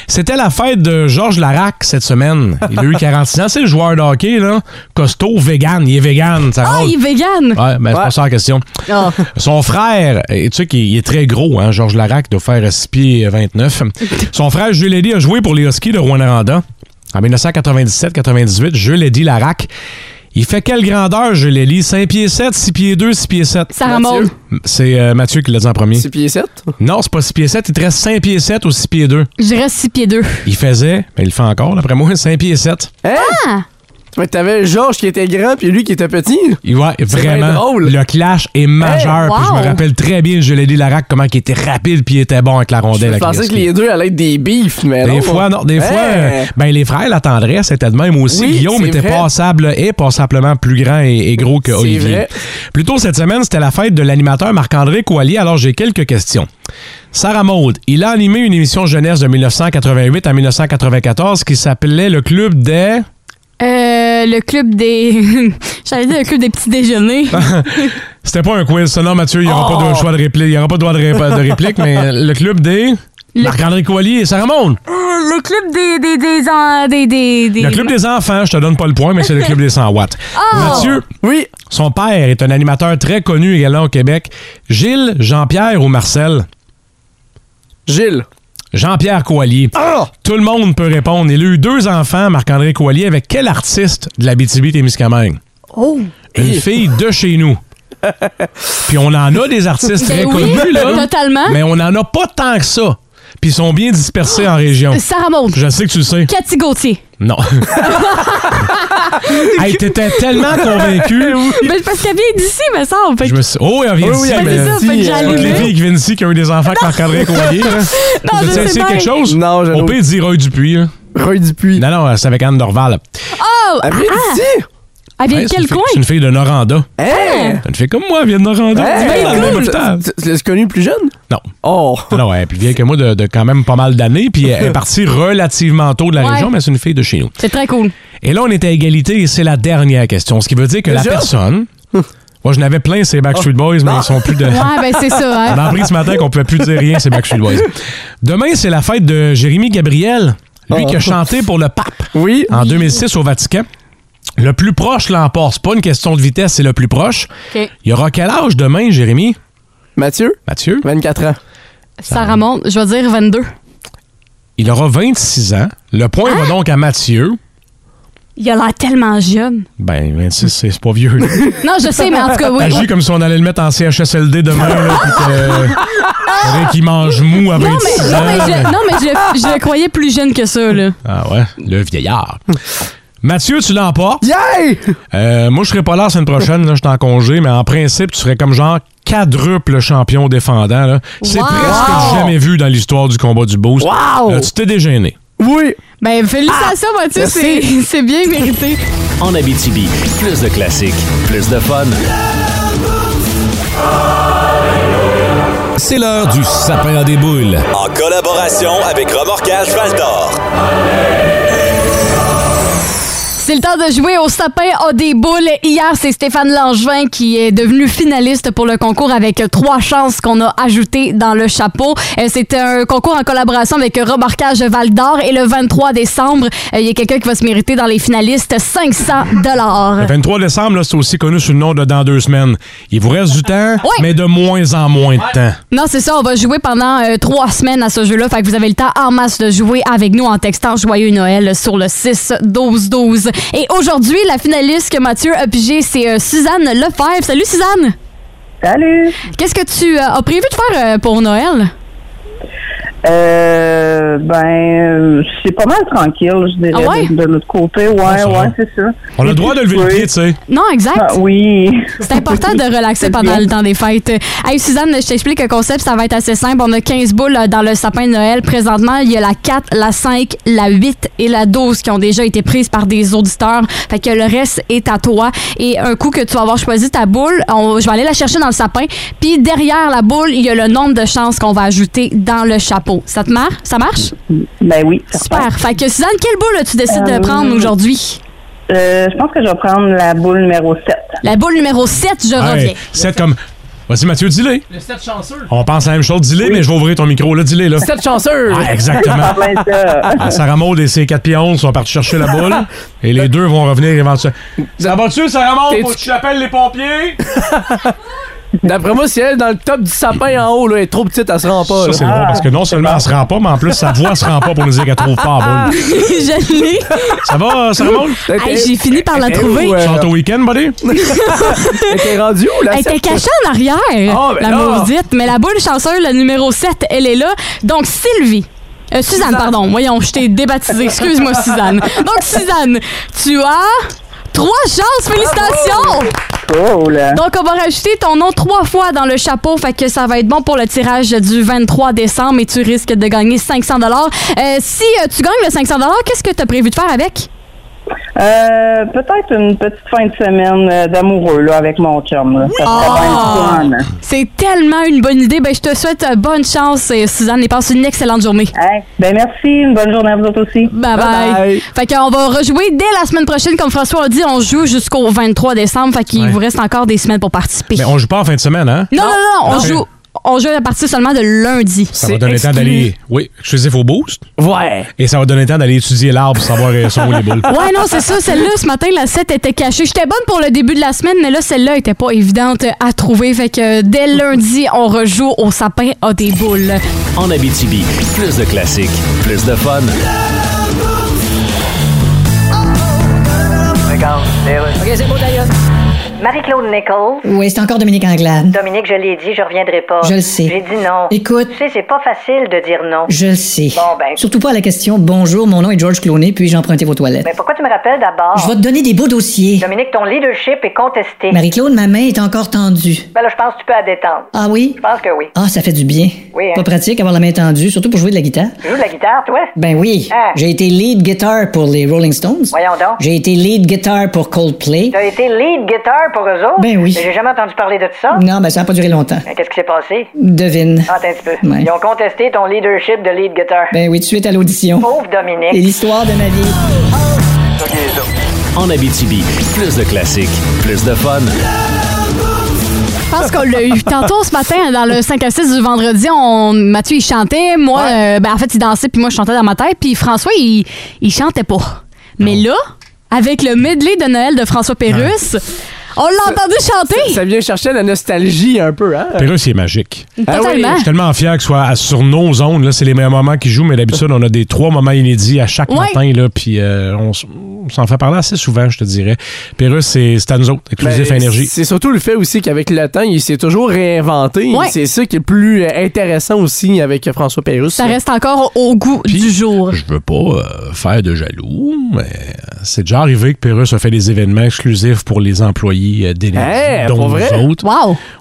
E: C'était la fête de Georges Larac cette semaine. Il a eu 46 ans. C'est le joueur de hockey, là. Costaud, vegan. Il est vegan, ça
C: Ah,
E: rôle.
C: il est vegan!
E: Ouais, mais c'est pas
C: Ouais.
E: ça la question.
C: Ah.
E: Son frère, et tu sais qu'il est très gros, hein, Georges Larac doit faire 6 pieds euh, 29. Son frère, Jules Eddy, a joué pour les Huskies de Rwanda en 1997-98. Jules Eddy Larac. Il fait quelle grandeur, Jules Eddy? 5 pieds 7, 6 pieds 2, 6 pieds 7.
C: Sarah Maud.
E: C'est euh, Mathieu qui l'a dit en premier. 6
D: pieds 7?
E: Non, c'est pas 6 pieds 7. Il te reste 5 pieds 7 ou 6 pieds 2.
C: Je dirais 6 pieds 2.
E: Il faisait, mais il le fait encore, d'après moi, 5 pieds 7.
C: Ah!
D: Hein? Mais t'avais Georges qui était grand puis lui qui était petit.
E: Il- Ouais,
D: bien
E: vraiment.
D: drôle.
E: Le clash est majeur.
D: Hey,
E: Puis je
D: wow.
E: me rappelle très bien Jules Eddy Larac, comment il était rapide puis il était bon avec la
D: Je
E: rondelle. avec
D: pensais
E: les
D: que les deux allaient être des beefs, mais
E: Des
D: non. Hein?
E: fois, non. Des
D: Hey!
E: fois, euh, ben, les frères, la tendresse était de même aussi.
D: Oui,
E: Guillaume
D: c'est
E: était
D: vrai.
E: passable et passablement plus grand et, et gros que
D: C'est
E: Olivier.
D: vrai.
E: Plus tôt cette semaine, c'était la fête de l'animateur Marc-André Coallier, alors j'ai quelques questions. Sarah Maud, il a animé une émission jeunesse de 1988 à 1994 qui s'appelait Le Club des...
C: Euh, le club des. J'allais dire le club des petits déjeuners. Euh,
E: C'était pas un quiz, ça. Non, Mathieu, il n'y aura
C: Oh!
E: pas de choix de réplique. Il n'y aura pas de droit de, ré- de réplique, mais le club des... Marc-André Coallier et Sarah Maud.
C: Euh, le club des. des. des. en- des. des. des-
E: Le club des enfants, je te donne pas le point, mais c'est le club des 100 watts.
C: Oh!
E: Mathieu,
D: oui.
E: son père est un animateur très connu également au Québec. Gilles, Jean-Pierre ou Marcel?
D: Gilles. Ah!
E: Jean-Pierre Coallier. Tout le monde peut répondre. Il a eu deux enfants, Marc-André Coallier, avec quel artiste de la BTB-Témiscamingue?
C: Oh!
E: Une fille de chez nous. Puis on en a des artistes très
C: Ben oui,
E: connus, là.
C: totalement.
E: Mais on n'en a pas tant que ça. Puis ils sont bien dispersés en région.
C: Euh, Sarah Maud.
E: Je sais que tu le sais.
C: Cathy Gauthier.
E: Non. hey, t'étais tellement convaincu.
C: Ben, parce qu'elle vient d'ici, me semble. Fait que-
E: Je me suis... Oh, elle vient
C: Oui,
E: d'ici,
C: oui, elle
E: mais-
C: vient d'ici, C'est ça, fait que
E: Toutes les
C: j'allais-
E: filles qui viennent ici qui ont eu des enfants avec Marc-André Coyer. hein.
C: Non, je
E: Vous avez
C: sais
E: essayé
C: bien.
E: quelque chose? Non,
D: j'en ai
E: Au pire, dis Roy Dupuis. hein.
D: Roy Dupuis.
E: Non, non, c'est avec Anne Dorval.
C: Oh!
D: Elle vient
C: ah!
D: d'ici?
C: Elle vient
E: Ouais,
C: de
E: c'est une
C: quel
E: fille-
C: coin?
E: C'est une fille de Noranda.
D: Hein?
E: C'est Une fille comme moi, elle vient de Noranda.
D: Hey,
E: Tu vois, dans le même
D: cool.
E: hôpital.
D: Tu- Tu l'as connu plus jeune?
E: Non.
D: Oh!
E: Non, non, elle est plus vieille que moi de, de quand même pas mal d'années, puis elle est partie relativement tôt de la
C: Ouais.
E: région, mais c'est une fille de chez nous.
C: C'est très cool.
E: Et là, on est à égalité et c'est la dernière question. Ce qui veut dire que la
C: Déjà?
E: personne. Moi, je n'avais plein, ces Backstreet Boys, mais ils sont plus de.
C: Ah. Ouais, ben c'est ça, hein.
E: On a appris ce matin qu'on ne pouvait plus dire rien, ces Backstreet Boys. Demain, c'est la fête de Jérémy Gabriel, lui
D: Ah.
C: Oh.
E: qui a chanté pour le pape
D: oui.
E: en 2006 au Vatican. Le plus proche l'emporte. C'est pas une question de vitesse, c'est le plus proche.
C: OK.
E: Il y aura quel âge demain, Jérémy?
D: Mathieu?
E: Mathieu?
D: 24 ans.
C: Sarah Maud, je vais dire 22.
E: Il aura 26 ans. Le point va donc à Mathieu.
C: Il a l'air tellement jeune.
E: Ben, 26, c'est c'est pas vieux. là.
C: Non, je sais, mais en tout cas, oui.
E: Agis comme si on allait le mettre en CHSLD demain, là, puis que- faudrait qu'il mange mou à 26
C: Non, mais, non, mais,
E: ans.
C: je, non, mais je, je le croyais plus jeune que ça, là.
E: Ah ouais, le vieillard. Mathieu, tu l'emportes. Euh, moi, je serai pas là la semaine prochaine. là, Je suis en congé, mais en principe, tu serais comme genre quadruple champion défendant. là. C'est
C: Wow!
E: presque du jamais vu dans l'histoire du combat du boost.
C: Wow!
E: Euh, tu t'es dégéné.
D: Oui.
C: Ben, félicitations, Mathieu.
B: merci.
C: C'est c'est bien mérité.
B: En Abitibi, plus de classiques, plus de fun.
O: C'est l'heure du sapin à des boules. En collaboration avec Remorquage Valdor.
C: C'est le temps de jouer au sapin à des boules. Hier, c'est Stéphane Langevin qui est devenu finaliste pour le concours avec trois chances qu'on a ajoutées dans le chapeau. Euh, C'est un concours en collaboration avec Remarquage Val d'Or et le 23 décembre, euh, il y a quelqu'un qui va se mériter dans les finalistes 500 dollars.
E: Le 23 décembre, là, c'est aussi connu sous le nom de Dans deux semaines. Il vous reste du temps, mais de moins en moins de temps.
C: Non, c'est ça. On va jouer pendant euh, trois semaines à ce jeu-là. Fait que vous avez le temps en masse de jouer avec nous en textant Joyeux Noël sur le 6-12-12. Et aujourd'hui, la finaliste que Mathieu a pigée, c'est euh, Suzanne Lefebvre. Salut, Suzanne! Salut! Qu'est-ce que tu euh, as prévu de faire euh, pour Noël?
P: Euh, ben, euh, c'est pas mal tranquille, je dirais,
C: Ah ouais?
P: de, de l'autre côté. Ouais,
E: Ah, ça va.
P: ouais, c'est ça.
E: On a le droit de lever le pied, tu sais.
C: Non, exact.
P: Ah, oui.
C: C'est important de relaxer pendant le temps des fêtes. Hey, Suzanne, je t'explique le concept, ça va être assez simple. On a 15 boules euh, dans le sapin de Noël. Présentement, il y a la 4, la 5, la 8 et la 12 qui ont déjà été prises par des auditeurs. Fait que le reste est à toi. Et un coup que tu vas avoir choisi ta boule, on- je vais aller la chercher dans le sapin. Puis derrière la boule, il y a le nombre de chances qu'on va ajouter dans le chapeau. Ça te marche? Ça marche?
P: Ben oui.
C: Super. Fait que Suzanne, quelle boule tu décides de prendre aujourd'hui?
P: Euh, je pense que je vais prendre la boule numéro 7.
C: La boule numéro 7, je reviens.
E: Hey, c'est comme. Vas-y, Mathieu, dis-le.
D: Le 7 chanceux.
E: On pense la même chose. Dis-le, mais je vais ouvrir ton micro. Là, dis-le. Là.
D: Sept chanceux.
E: Ah, exactement. Ah, Sarah Maud et ses 4 pieds 11 sont partis chercher la boule. et les deux vont revenir éventuellement. Ça va-tu, Sarah Maud? Faut que tu appelles les pompiers?
D: D'après moi, si elle est dans le top du sapin en haut, là, elle est trop petite, elle se rend pas.
E: Ça, c'est drôle, parce que non seulement elle se rend pas, mais en plus, sa voix se rend pas pour nous dire qu'elle trouve pas la boule.
C: Je l'ai.
E: Ça va, Sarah Maud?
C: Ah. Hey, J'ai fini par la trouver.
E: Tu sors au week-end, buddy?
D: T'es rendu où,
C: Elle était cachée en arrière,
D: ben
C: la
D: là.
C: maudite. Mais la boule chanceuse, le numéro 7, elle est là. Donc, Sylvie. euh, Suzanne,
L: Suzanne.
C: pardon. Voyons, je t'ai débaptisée. Excuse-moi, Suzanne. Donc, Suzanne, tu as trois chances. Félicitations!
P: Cool.
C: Donc, on va rajouter ton nom trois fois dans le chapeau. Fait que ça va être bon pour le tirage du 23 décembre et tu risques de gagner 500 Euh, Si euh, tu gagnes le 500 qu'est-ce que tu as prévu de faire avec?
P: Euh, peut-être une petite fin de semaine euh, d'amoureux, là, avec mon chum, là. Ça serait
C: Ah!
P: bien le fun.
C: C'est tellement une bonne idée. Ben, je te souhaite euh, bonne chance, et Suzanne, et passe une excellente journée.
P: ben, merci. Une bonne journée à vous autres aussi.
C: Bye bye. Fait qu'on va rejouer dès la semaine prochaine. Comme François a dit, on joue jusqu'au 23 décembre. Fait qu'il
E: Ouais.
C: vous reste encore des semaines pour participer.
E: Mais on joue pas en fin de semaine, hein?
C: Non, non, non, on
E: Ok.
C: joue. On joue à partir seulement de lundi.
E: Ça va donner le temps d'aller. Oui, exclusif au boost.
D: Ouais.
E: Et ça va donner le temps d'aller étudier l'arbre pour savoir euh, sont où les boules.
C: Ouais, non, c'est ça. Celle-là, ce matin, la 7 était cachée. J'étais bonne pour le début de la semaine, mais là, celle-là était pas évidente à trouver. Fait que euh, dès lundi, on rejoue au sapin à des boules.
B: En Abitibi, plus de classiques, plus de fun.
H: OK, c'est bon d'ailleurs.
Q: Marie-Claude Nichols.
H: Oui, c'est encore Dominique Anglade.
Q: Dominique, je l'ai dit, je reviendrai pas.
H: Je le sais.
Q: J'ai dit non.
H: Écoute.
Q: Tu sais, c'est pas facile de dire non.
H: Je le sais.
Q: Bon, ben.
H: Surtout pas à la question Bonjour, mon nom est George Clooney, puis j'ai emprunté vos toilettes.
Q: Mais pourquoi tu me rappelles d'abord?
H: Je vais te donner des beaux dossiers.
Q: Dominique, ton leadership est contesté.
H: Marie-Claude, ma main est encore tendue.
Q: Ben là, je pense que tu peux la détendre.
H: Ah oui?
Q: Je pense que oui.
H: Ah, ça fait du bien.
Q: Oui, hein?
H: Pas pratique avoir la main tendue, surtout pour jouer de la guitare.
Q: Tu joues de la guitare, toi?
H: Ben oui,
Q: Ah.
H: j'ai été lead guitar pour les Rolling Stones.
Q: Voyons donc.
H: J'ai été lead guitar pour Coldplay.
Q: T'as été lead guitar pour eux autres?
H: Ben oui.
Q: Mais J'ai jamais entendu parler de ça.
H: Non, ben ça n'a pas duré longtemps.
Q: Ben, Qu'est-ce qui s'est passé? Ah,
H: Devine.
Q: Attends un petit peu.
H: Ouais.
Q: Ils ont contesté ton leadership de lead guitar.
H: Ben oui, de suite à l'audition.
Q: Pauvre Dominique.
H: Et l'histoire de ma vie.
B: En Abitibi, plus de classiques, plus de fun.
C: Je pense qu'on l'a eu. Tantôt ce matin, dans le 5 à 6 du vendredi, on, Mathieu, il chantait. Moi, euh, ben, en fait, il dansait, puis moi, je chantais dans ma tête. Puis François, il, il chantait pas. Mais là, avec le medley de Noël de François Pérusse, on l'a entendu chanter.
D: Ça vient chercher la nostalgie un peu, hein?
E: Pérus, il est magique.
C: Totalement. Ah oui.
E: Je suis tellement fier qu'il soit à- sur nos ondes. là, C'est les meilleurs moments qu'il joue, mais d'habitude, on a des trois moments inédits à chaque
C: Ouais.
E: matin. Là, puis euh, on s- on s'en fait parler assez souvent, je te dirais. Pérus, c'est c'est à nous autres, exclusif
D: Ben,
E: à énergie.
D: C'est surtout le fait aussi qu'avec le temps, il s'est toujours réinventé.
C: Ouais.
D: C'est ça qui est le plus euh, intéressant aussi avec euh, François Pérusse.
C: Ça reste encore au goût du jour.
E: Je veux pas euh, faire de jaloux, mais euh, c'est déjà arrivé que Pérus a fait des événements exclusifs pour les employés euh, d'Énergie,
D: Hey,
E: dont
D: Eh, pour
E: nous
D: vrai?
E: autres.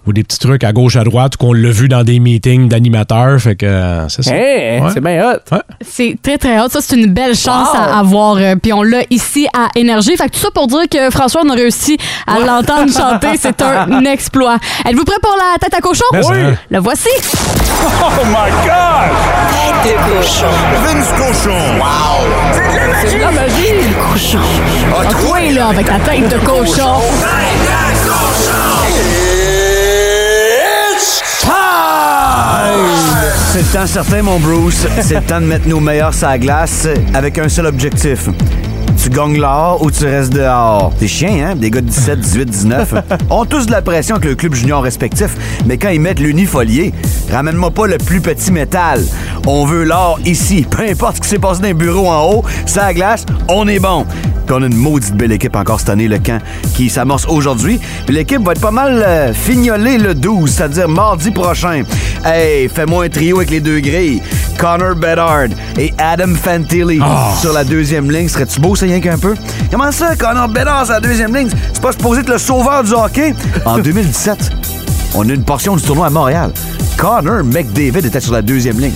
E: Ou des petits trucs à gauche, à droite, qu'on l'a vu dans des meetings d'animateurs. Fait que euh, c'est ça.
D: Hey, Eh, c'est bien hot.
C: C'est très, très hot. Ça, c'est une belle chance
D: Wow.
C: à avoir. euh, Puis on l'a ici à Énergie. Fait que tout ça pour dire que François, on a réussi à l'entendre chanter. C'est un exploit. Êtes-vous prêt pour la tête à cochon?
L: Mais Oui. ça.
C: Le voici.
L: Oh my God! Tête de cochon.
N: Vince cochon. Wow.
L: C'est de la magie! C'est de la magie! cochon.
C: Ah, toi, là, avec ta tête de cochon.
R: C'est le temps certain, mon Bruce. C'est le temps de mettre nos meilleurs sur la glace avec un seul objectif. Tu gagnes l'or ou tu restes dehors. Des chiens, hein? Des gars de 17, 18, 19 ont tous de la pression avec le club junior respectif, mais quand ils mettent l'unifolié, ramène-moi pas le plus petit métal. On veut l'or ici. Peu importe ce qui s'est passé dans les bureaux en haut, ça la glace, on est bon. Puis on a une maudite belle équipe encore cette année, le camp, qui s'amorce aujourd'hui. Puis l'équipe va être pas mal euh, fignolée le 12, c'est-à-dire mardi prochain. Hey, fais-moi un trio avec les deux grilles. Connor Bedard et Adam Fantilli
L: Ah.
R: sur la deuxième ligne. Serais-tu beau, ça, rien qu'un peu? Comment ça, Connor Bedard sur la deuxième ligne? C'est pas supposé être le sauveur du hockey? En 2017, on a une portion du tournoi à Montréal. Connor McDavid était sur la deuxième ligne.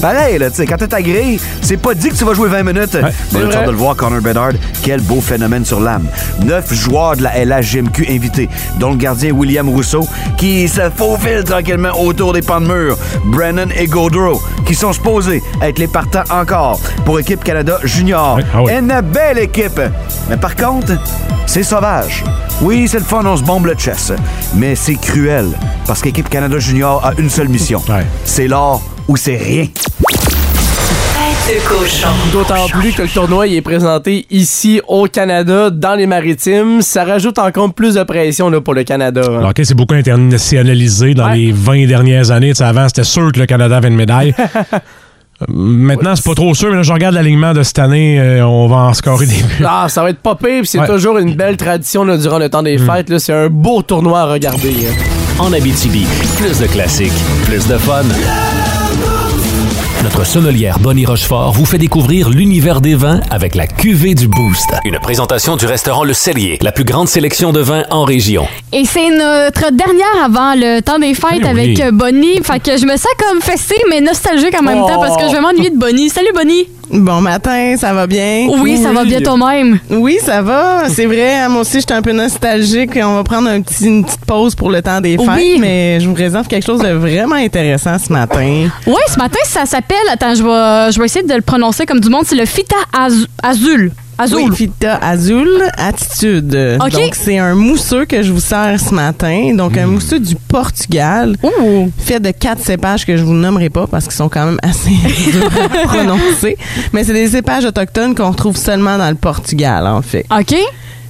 R: Pareil, là, tu sais, quand t'es à grille, c'est pas dit que tu vas jouer 20 minutes.
L: c'est
R: Bon, tu
L: vrai.
R: vas de le voir, Connor Bedard. Quel beau phénomène sur l'âme. Neuf joueurs de la LHGMQ invités, dont le gardien William Rousseau, qui se faufile tranquillement autour des pans de mur. Brennan et Gaudreau, qui sont supposés être les partants encore pour Équipe Canada Junior. Une belle équipe. Mais par contre, c'est sauvage. Oui, c'est le fun, on se bombe le chess. Mais c'est cruel, parce qu'Équipe Canada Junior a une seule mission. C'est l'or ou c'est rien.
D: Tête de cochon. D'autant plus que le tournoi il est présenté ici au Canada, dans les maritimes. Ça rajoute encore plus de pression là, pour le Canada. hein.
E: Le hockey, c'est beaucoup internationalisé dans les 20 dernières années. Tu sais, avant, c'était sûr que le Canada avait une médaille. Euh, Maintenant, c'est pas trop sûr, mais là, je regarde l'alignement de cette année. euh, on va en scorer des buts.
D: Ah, ça va être pas pire, puis c'est
E: Ouais.
D: toujours une belle tradition là, durant le temps des
S: Mm.
D: fêtes. là. C'est un beau tournoi à regarder. hein.
B: En Abitibi, plus de classiques, plus de fun. Notre sommelière Bonnie Rochefort vous fait découvrir l'univers des vins avec la cuvée du Boost. Une présentation du restaurant Le Cellier, la plus grande sélection de vins en région.
C: Et c'est notre dernière avant le temps des fêtes
B: Eh
C: avec euh,
B: oui.
C: Bonnie. Fait que je me sens comme fessée, mais nostalgique en même temps parce que je vais m'ennuyer de Bonnie. Salut Bonnie!
S: Bon matin, ça va bien?
C: Oui, ça va bien toi-même.
S: Oui, ça va. C'est vrai, hein, moi aussi, j'étais un peu nostalgique. On va prendre un petit- une petite pause pour le temps des fêtes,
C: Oui.
S: mais je vous présente quelque chose de vraiment intéressant ce matin.
C: Ouais, ce matin, ça s'appelle. Attends, je vais, je vais essayer de le prononcer comme du monde. C'est le Fita Azu- Azul. Azul.
S: Oui, Fita Azul Attitude.
C: OK.
S: Euh, Donc, c'est un mousseux que je vous sers ce matin. Donc, un mousseux du Portugal. Fait de quatre cépages que je vous nommerai pas parce qu'ils sont quand même assez durs à prononcer. Mais c'est des cépages autochtones qu'on retrouve seulement dans le Portugal, en fait.
C: OK.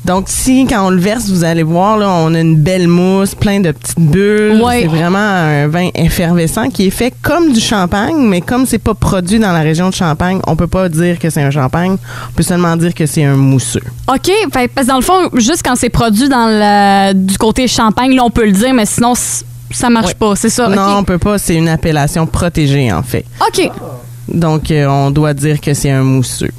S: Donc, si, quand on le verse, vous allez voir, là, on a une belle mousse, plein de petites bulles. C'est vraiment un vin effervescent qui est fait comme du champagne, mais comme c'est pas produit dans la région de Champagne, on peut pas dire que c'est un champagne. On peut seulement dire que c'est un mousseux.
C: OK, fait- parce que dans le fond, juste quand c'est produit dans la- du côté champagne, là, on peut le dire, mais sinon, c- ça marche
S: Ouais.
C: pas, c'est ça?
S: Non, on
C: OK.
S: peut pas. C'est une appellation protégée, en fait.
C: OK,
S: Donc, euh, on doit dire que c'est un mousseux.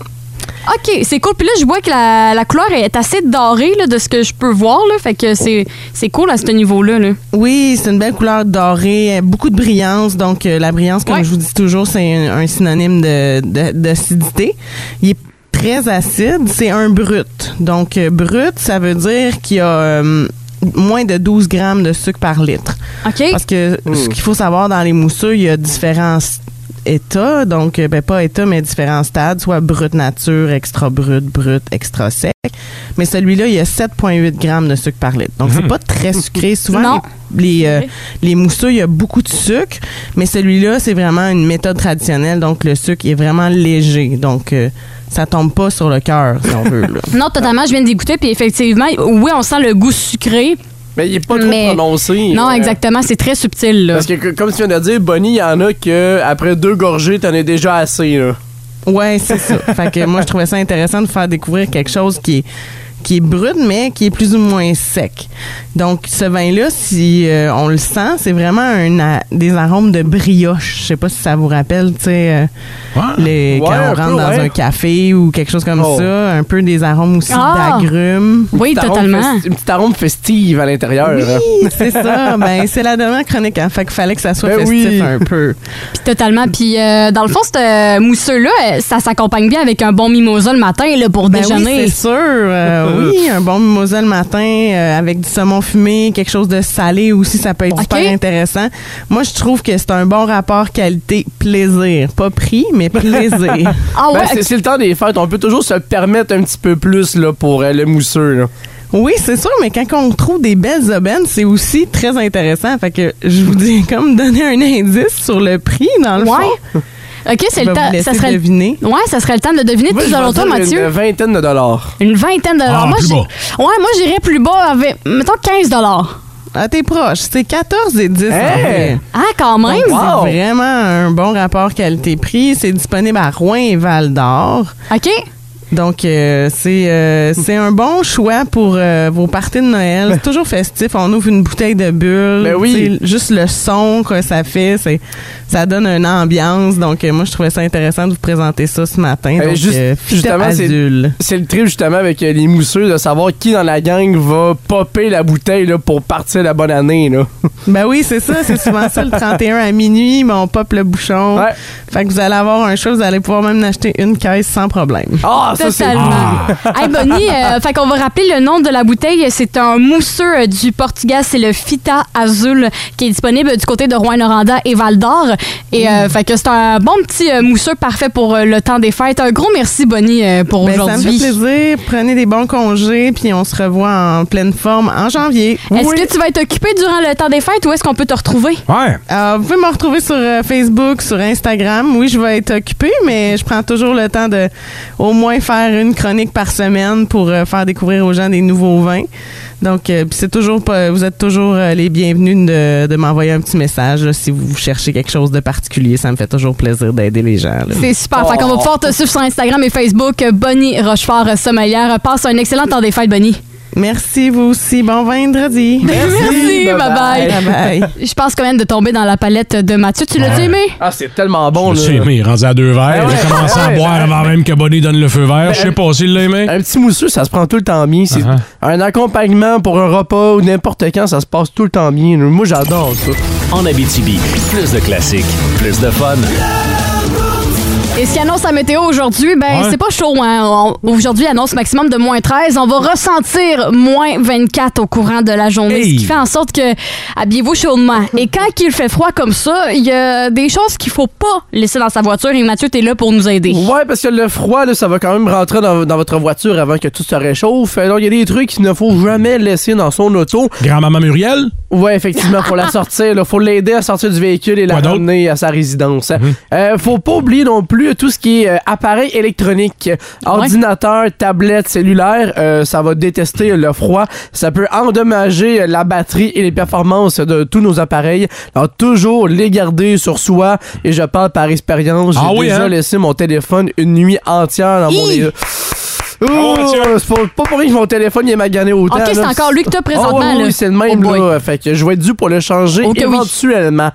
C: OK, c'est cool. Puis là, je vois que la, la couleur est assez dorée là, de ce que je peux voir, là, fait que c'est c'est cool à ce niveau-là. là.
S: Oui, c'est une belle couleur dorée, euh, beaucoup de brillance. Donc, euh, la brillance, comme je vous dis toujours, c'est un, un synonyme de- de- d'acidité. Il est très acide, c'est un brut. Donc, euh, brut, ça veut dire qu'il y a euh, moins de 12 grammes de sucre par litre.
C: OK.
S: Parce que ce qu'il faut savoir dans les mousseux, il y a différents s- états. Donc, euh, ben, pas états, mais différents stades, soit brut nature, extra brut, brut, extra sec. Mais celui-là, il y a 7,8 grammes de sucre par litre. Donc, c'est
L: Mhm.
S: pas très sucré. Souvent,
L: Non.
S: les, les, euh, les mousseux, il y a beaucoup de sucre, mais celui-là, c'est vraiment une méthode traditionnelle. Donc, le sucre est vraiment léger. Donc, euh, ça tombe pas sur le cœur, si on veut. là.
C: Non, totalement, je viens de dégoûter, puis effectivement, oui, on sent le goût sucré.
D: Mais il est pas trop prononcé.
C: Non,
D: Euh,
C: exactement, c'est très subtil. Là.
D: Parce que, que- comme tu viens de dire, Bonnie, il y en a que après deux gorgées, t'en as déjà assez. Là.
S: Ouais, c'est ça. fait que moi, je trouvais ça intéressant de faire découvrir quelque chose qui est qui est brut, mais qui est plus ou moins sec. Donc, ce vin-là, si euh, on le sent, c'est vraiment un, a- des arômes de brioche. Je sais pas si ça vous rappelle, tu sais, euh, les-
L: Ouais,
S: quand
L: un
S: on
L: peu,
S: rentre dans
L: ouais.
S: un café ou quelque chose comme
D: Oh.
S: ça, un peu des arômes aussi
C: Ah!
S: d'agrumes.
C: Oui, totalement.
D: Une petite arôme festive à l'intérieur.
S: Oui, c'est ça. Ben, c'est la dernière chronique. Hein. Fait qu'il fallait que ça soit
D: Ben
S: festif
D: oui.
S: un peu.
C: Puis totalement. Puis euh, dans le fond, ce euh, mousseux-là, euh, ça s'accompagne bien avec un bon mimosa le matin là, pour
S: Ben
C: déjeuner.
S: oui, c'est sûr. Euh, oui, un bon mimosa le matin euh, avec du saumon fumé, quelque chose de salé aussi, ça peut être super intéressant. Moi, je trouve que c'est un bon rapport qualité-plaisir. Pas prix, mais plaisir.
C: Ah
D: Ben, c'est, c'est le temps des fêtes. On peut toujours se permettre un petit peu plus là, pour euh, le mousseux. là.
S: Oui, c'est sûr, mais quand on trouve des belles aubaines, c'est aussi très intéressant. Fait que je vous dis comme donner un indice sur le prix, dans le fond.
C: OK, c'est
S: Je
C: le temps.
S: vais vous
C: Ça
S: laisser
C: serait le-
S: deviner.
C: Ouais, ça serait le temps de le deviner
D: Moi,
C: tout
D: je vais
C: selon toi,
D: dire
C: Mathieu.
D: Une vingtaine de dollars.
C: Une vingtaine de dollars.
D: Ah,
C: moi,
D: plus
C: j'ai-
D: bas.
C: Ouais, moi, j'irais plus bas avec, mettons, 15 dollars.
S: Ah, t'es proche. C'est 14 et 10.
C: Hey! Ah, quand même!
S: Donc,
C: Wow!
S: C'est vraiment un bon rapport qualité-prix. C'est disponible à Rouen et Val d'Or.
C: OK.
S: Donc, euh, c'est euh, c'est un bon choix pour euh, vos parties de Noël. C'est toujours festif. On ouvre une bouteille de bulle.
D: Ben oui.
S: Tu sais, Juste le son que ça fait, c'est ça donne une ambiance. Donc, euh, moi, je trouvais ça intéressant de vous présenter ça ce matin.
D: Euh,
S: Donc,
D: juste-
S: euh, Fiat
D: justement, c'est,
S: Azul.
D: c'est le trip justement avec euh, les mousseux de savoir qui dans la gang va popper la bouteille là, pour partir la bonne année. Là.
S: Ben oui, c'est ça, c'est souvent ça le 31 à minuit, mais on pop le bouchon. Fait que vous allez avoir un choix, vous allez pouvoir même en acheter une caisse sans problème.
D: Ah,
C: Totalement. Hey Bonnie, euh, fait qu'on va rappeler le nom de la bouteille. C'est un mousseux euh, du Portugal. C'est le Fita Azul qui est disponible du côté de Rouen-Noranda et Val-d'Or. Et
S: Mm.
C: euh, fait que c'est un bon petit euh, mousseux parfait pour euh, le temps des fêtes. Un gros merci Bonnie euh, pour
S: Ben, ça me fait
C: aujourd'hui.
S: plaisir. Prenez des bons congés, puis on se revoit en pleine forme en janvier.
C: Est-ce que tu vas être occupé durant le temps des fêtes ou est-ce qu'on peut te retrouver?
E: Ouais.
S: Euh, vous pouvez me retrouver sur euh, Facebook, sur Instagram. Oui, je vais être occupée, mais je prends toujours le temps de au moins faire une chronique par semaine pour euh, faire découvrir aux gens des nouveaux vins. Donc, euh, puis c'est toujours pas- vous êtes toujours euh, les bienvenus de, de m'envoyer un petit message là, si vous cherchez quelque chose de particulier. Ça me fait toujours plaisir d'aider les gens. là.
C: C'est super. Fait qu'on va
S: Oh.
C: pouvoir te suivre sur Instagram et Facebook. Euh, Bonnie Rochefort euh, Sommelière. Passe un excellent temps des fêtes, Bonnie.
S: Merci, vous aussi. Bon vendredi.
C: Merci, bye-bye.
S: Bye-bye.
C: Je pense quand même de tomber dans la palette de Mathieu. Tu l'as-tu
E: Ouais.
C: aimé?
D: Ah, c'est tellement bon.
E: Je
D: là.
E: suis aimé, rendu à deux verres.
D: Ben
E: J'ai
D: ouais.
E: commencé à
D: Ouais. Ben,
E: boire avant même que Bonnie donne le feu vert. Je sais pas s'il l'a aimé.
D: Un petit mousseux, ça se prend tout le temps bien. C'est
E: Uh-huh.
D: un accompagnement pour un repas ou n'importe quand, ça se passe tout le temps bien. là. Moi, j'adore ça.
B: En Abitibi, plus de classiques, plus de fun.
C: Et ce qu'annonce la météo aujourd'hui, ben
B: Ouais.
C: c'est pas chaud. Hein? On- Aujourd'hui, annonce maximum de moins 13. On va ressentir moins 24 au courant de la journée,
L: Hey.
C: ce qui fait en sorte que habillez-vous chaudement. Et quand il fait froid comme ça, il y a des choses qu'il faut pas laisser dans sa voiture. Et Mathieu, t'es là pour nous aider.
D: Ouais, parce que le froid, là, ça va quand même rentrer dans, dans votre voiture avant que tout se réchauffe. Alors, il y a des trucs qu'il ne faut jamais laisser dans son auto.
E: Grand-maman Muriel?
D: Ouais, effectivement, faut la sortir. Là, faut l'aider à sortir du véhicule et la ramener à sa résidence.
E: Mm-hmm.
D: Euh, faut pas oublier non plus tout ce qui est euh, appareil électronique. Ordinateur, tablette, cellulaire, euh, ça va détester le froid. Ça peut endommager euh, la batterie et les performances de tous nos appareils. Alors, toujours les garder sur soi. Et je parle par expérience. J'ai
E: Ah oui,
D: déjà
E: hein?
D: laissé mon téléphone une nuit entière dans mon...
E: Hi!
D: é- Ouh, c'est pas, pas pour rien que mon téléphone il est magané autant.
C: Ok, c'est
D: là.
C: encore lui que t'as présentement,
D: Ah ouais,
C: là.
D: oui, c'est le même,
C: Oh boy.
D: là. Fait que je vais être dû pour le changer
C: Oh que oui.
D: éventuellement.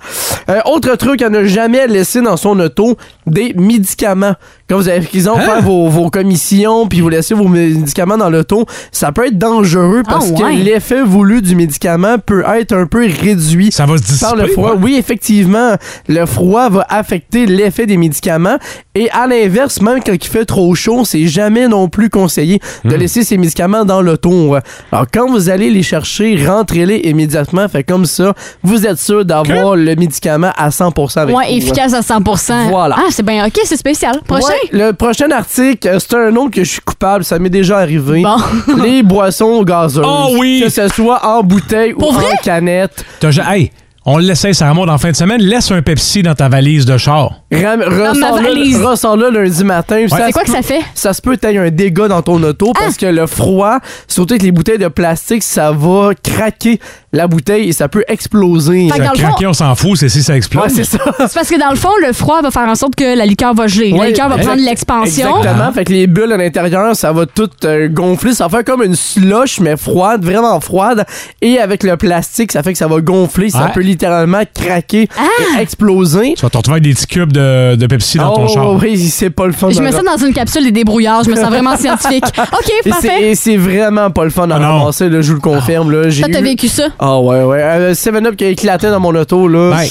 D: Euh, autre truc à ne jamais laisser dans son auto, des médicaments. Quand vous avez qu'ils ont fait vos, vos commissions, puis vous laissez vos médicaments dans l'auto, ça peut être dangereux
E: Ah,
D: parce
E: ouais.
D: que l'effet voulu du médicament peut être un peu réduit. Ça
E: va se
D: Par le
E: dissiper,
D: froid.
E: ouais.
D: Oui, effectivement, le froid va affecter l'effet des médicaments. Et à l'inverse, même quand il fait trop chaud, c'est jamais non plus conseillé de
E: Hmm.
D: laisser ces médicaments dans l'auto. Alors, quand vous allez les chercher, rentrez-les immédiatement. Fait comme ça, vous êtes sûr d'avoir le médicament à 100% avec
C: Ouais,
D: vous.
C: efficace à 100
D: Voilà.
C: Ah, c'est bien. OK, c'est spécial. Prochain?
D: Ouais, le prochain article, euh, c'est un autre que je suis coupable, ça m'est déjà arrivé. Les boissons gazeuses.
E: Oh oui!
D: Que ce soit en bouteille ou en canette.
E: T'as ja- Hey, on l'essaie, Sarah Maud, en fin de semaine. Laisse un Pepsi dans ta valise de char.
D: Ram-
C: valise.
D: Ressors-le ressors-le lundi matin. puis
C: C'est
D: se
C: quoi que
D: peut-
C: ça fait? Ah!
D: Ça se peut que t'aies un dégât dans ton auto parce que le froid, surtout avec les bouteilles de plastique, ça va craquer la bouteille et ça peut exploser.
C: Fait que dans le
E: Craquer, on s'en fout, c'est si ça explose.
D: Ouais, c'est ça.
C: C'est parce que dans le fond, le froid va faire en sorte que la liqueur va geler. la
D: Ouais,
C: liqueur va
D: exact-
C: prendre l'expansion. Ah.
D: Exactement.
E: Ah.
D: Fait que les bulles à l'intérieur, ça va tout euh, gonfler. Ça va faire comme une slush, mais froide, vraiment froide. Et avec le plastique, ça fait que ça va gonfler. Ça
E: Ouais.
D: peut littéralement craquer
C: Ah.
D: et exploser.
E: Tu vas te retrouver avec des petits cubes de, de Pepsi dans ton
D: Oh,
E: char.
D: oui, c'est pas le fun.
C: Je me sens dans une capsule des débrouillards. Je me sens vraiment scientifique. OK,
D: Et c'est-
C: parfait.
D: Et c'est vraiment pas le fun à
E: Ah,
D: ramasser, là, je vous le confirme. Là, j'ai
C: Toi, t'as
D: eu-
C: vécu ça?
D: Ah ouais, ouais. Euh, 7-Up qui a éclaté dans mon auto, là.
E: Ben,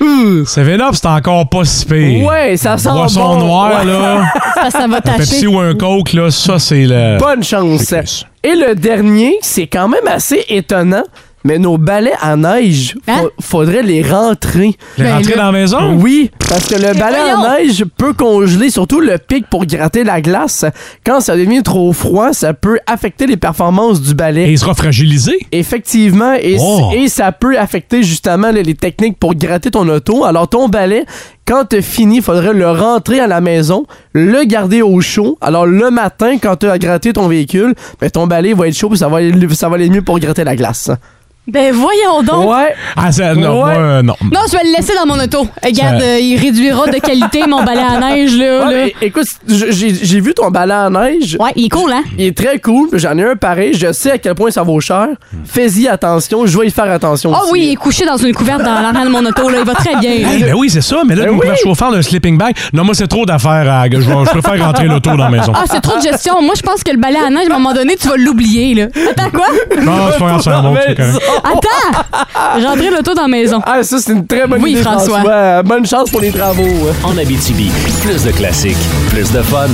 E: 7-Up, c'est encore pas si pire.
D: Ouais, ça sent
E: Boisson
D: bon.
E: noire,
D: Ouais.
E: là.
C: Ça, ça va
E: Un Pepsi
C: tâcher.
E: ou un Coke, là, ça, c'est le...
D: Bonne chance. Et le dernier, c'est quand même assez étonnant, mais nos balais à neige, fa- faudrait les rentrer.
E: Les Ben rentrer là. dans la maison?
D: Oui, parce que le balai
E: voyons.
D: à neige peut congeler, surtout le pic pour gratter la glace. Quand ça devient trop froid, ça peut affecter les performances du balai.
E: Et il sera fragilisé.
D: Effectivement, et,
E: Oh.
D: et ça peut affecter justement là, les techniques pour gratter ton auto. Alors ton balai, quand t'as fini, faudrait le rentrer à la maison, le garder au chaud. Alors le matin, quand tu as gratté ton véhicule, ben, ton balai va être chaud, puis ça va, aller- ça va aller mieux pour gratter la glace.
C: Ben voyons donc.
D: Ouais.
E: Ah, ça, non,
D: Ouais.
E: moi, euh, non.
C: Non, je vais le laisser dans mon auto. Regarde,
D: Ça-
C: euh, il réduira de qualité mon balai à neige, là.
D: Ouais,
C: là.
D: mais écoute, j- j'ai j'ai vu ton balai à neige.
C: Ouais, il est cool, hein?
D: Il est très cool. J'en ai un pareil. Je sais à quel point ça vaut cher. Fais-y attention. Je vais y faire attention.
C: Ah
D: aussi.
C: oui, il est couché dans une couverte dans l'arrière de mon auto, là. Il va très bien.
E: Hey, ben oui, c'est ça, mais là, nous, le chauffeur, le sleeping bag. Non, moi, c'est trop d'affaires. à- Je, vais- je préfère rentrer l'auto dans la maison.
C: Ah, c'est trop de gestion. Moi, je pense que le balai à neige, à un moment donné, tu vas l'oublier, là. Attends, quoi?
E: Non, c'est pas grave, ça remonte, c'est correct.
C: Attends! Rentrer l'auto dans la maison.
D: Ah, ça, c'est une très bonne
C: Oui,
D: idée,
C: François.
D: François. Bonne chance pour les travaux.
B: En Abitibi, plus de classiques, plus de fun.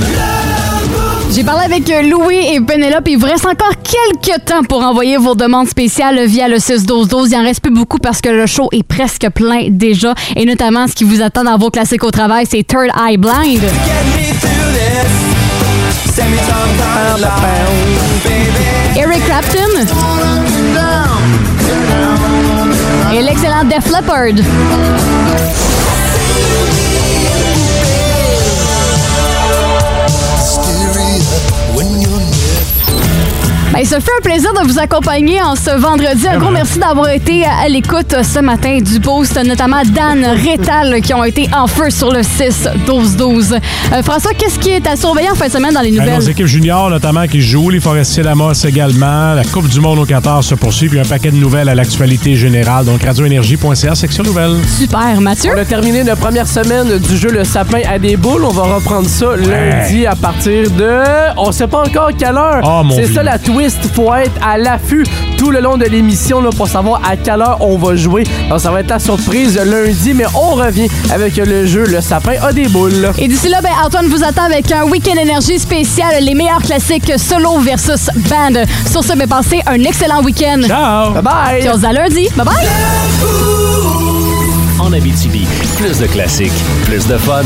C: J'ai parlé avec euh, Louis et Penelope. Il vous reste encore quelques temps pour envoyer vos demandes spéciales via le 6-12-12. Il en reste plus beaucoup parce que le show est presque plein déjà. Et notamment, ce qui vous attend dans vos classiques au travail, c'est Third Eye Blind. Eric Clapton. Et l'excellent Def Leppard. Ben, ça fait un plaisir de vous accompagner en ce vendredi. Un gros merci d'avoir été à à l'écoute ce matin du post, notamment Dan Rétal qui ont été en feu sur le 6-12-12. Euh, François, qu'est-ce qui est à surveiller en fin de semaine dans les
E: Euh, Nos
C: nouvelles?
E: équipes juniors, notamment, qui jouent, les Forestiers Lamas également. La Coupe du Monde au Qatar se poursuit, puis un paquet de nouvelles à l'actualité générale. Donc, radioénergie.ca, section nouvelles.
C: Super, Mathieu.
D: On a terminé la première semaine du jeu Le Sapin à des boules. On va reprendre ça lundi à partir de. On sait pas encore quelle heure.
E: Ah, mon
D: C'est
E: vieux.
D: ça la twist. Faut être à l'affût tout le long de l'émission là, pour savoir à quelle heure on va jouer. Alors, ça va être la surprise lundi, mais on revient avec le jeu Le Sapin à des boules.
C: Et d'ici là, ben, Antoine vous attend avec un week-end énergie spécial, les meilleurs classiques solo versus band. Sur ce, ben, passez un excellent week-end.
E: Ciao!
D: Bye bye!
C: Puis on se dit à lundi. Bye bye!
B: En Abitibi, plus de classiques, plus de fun.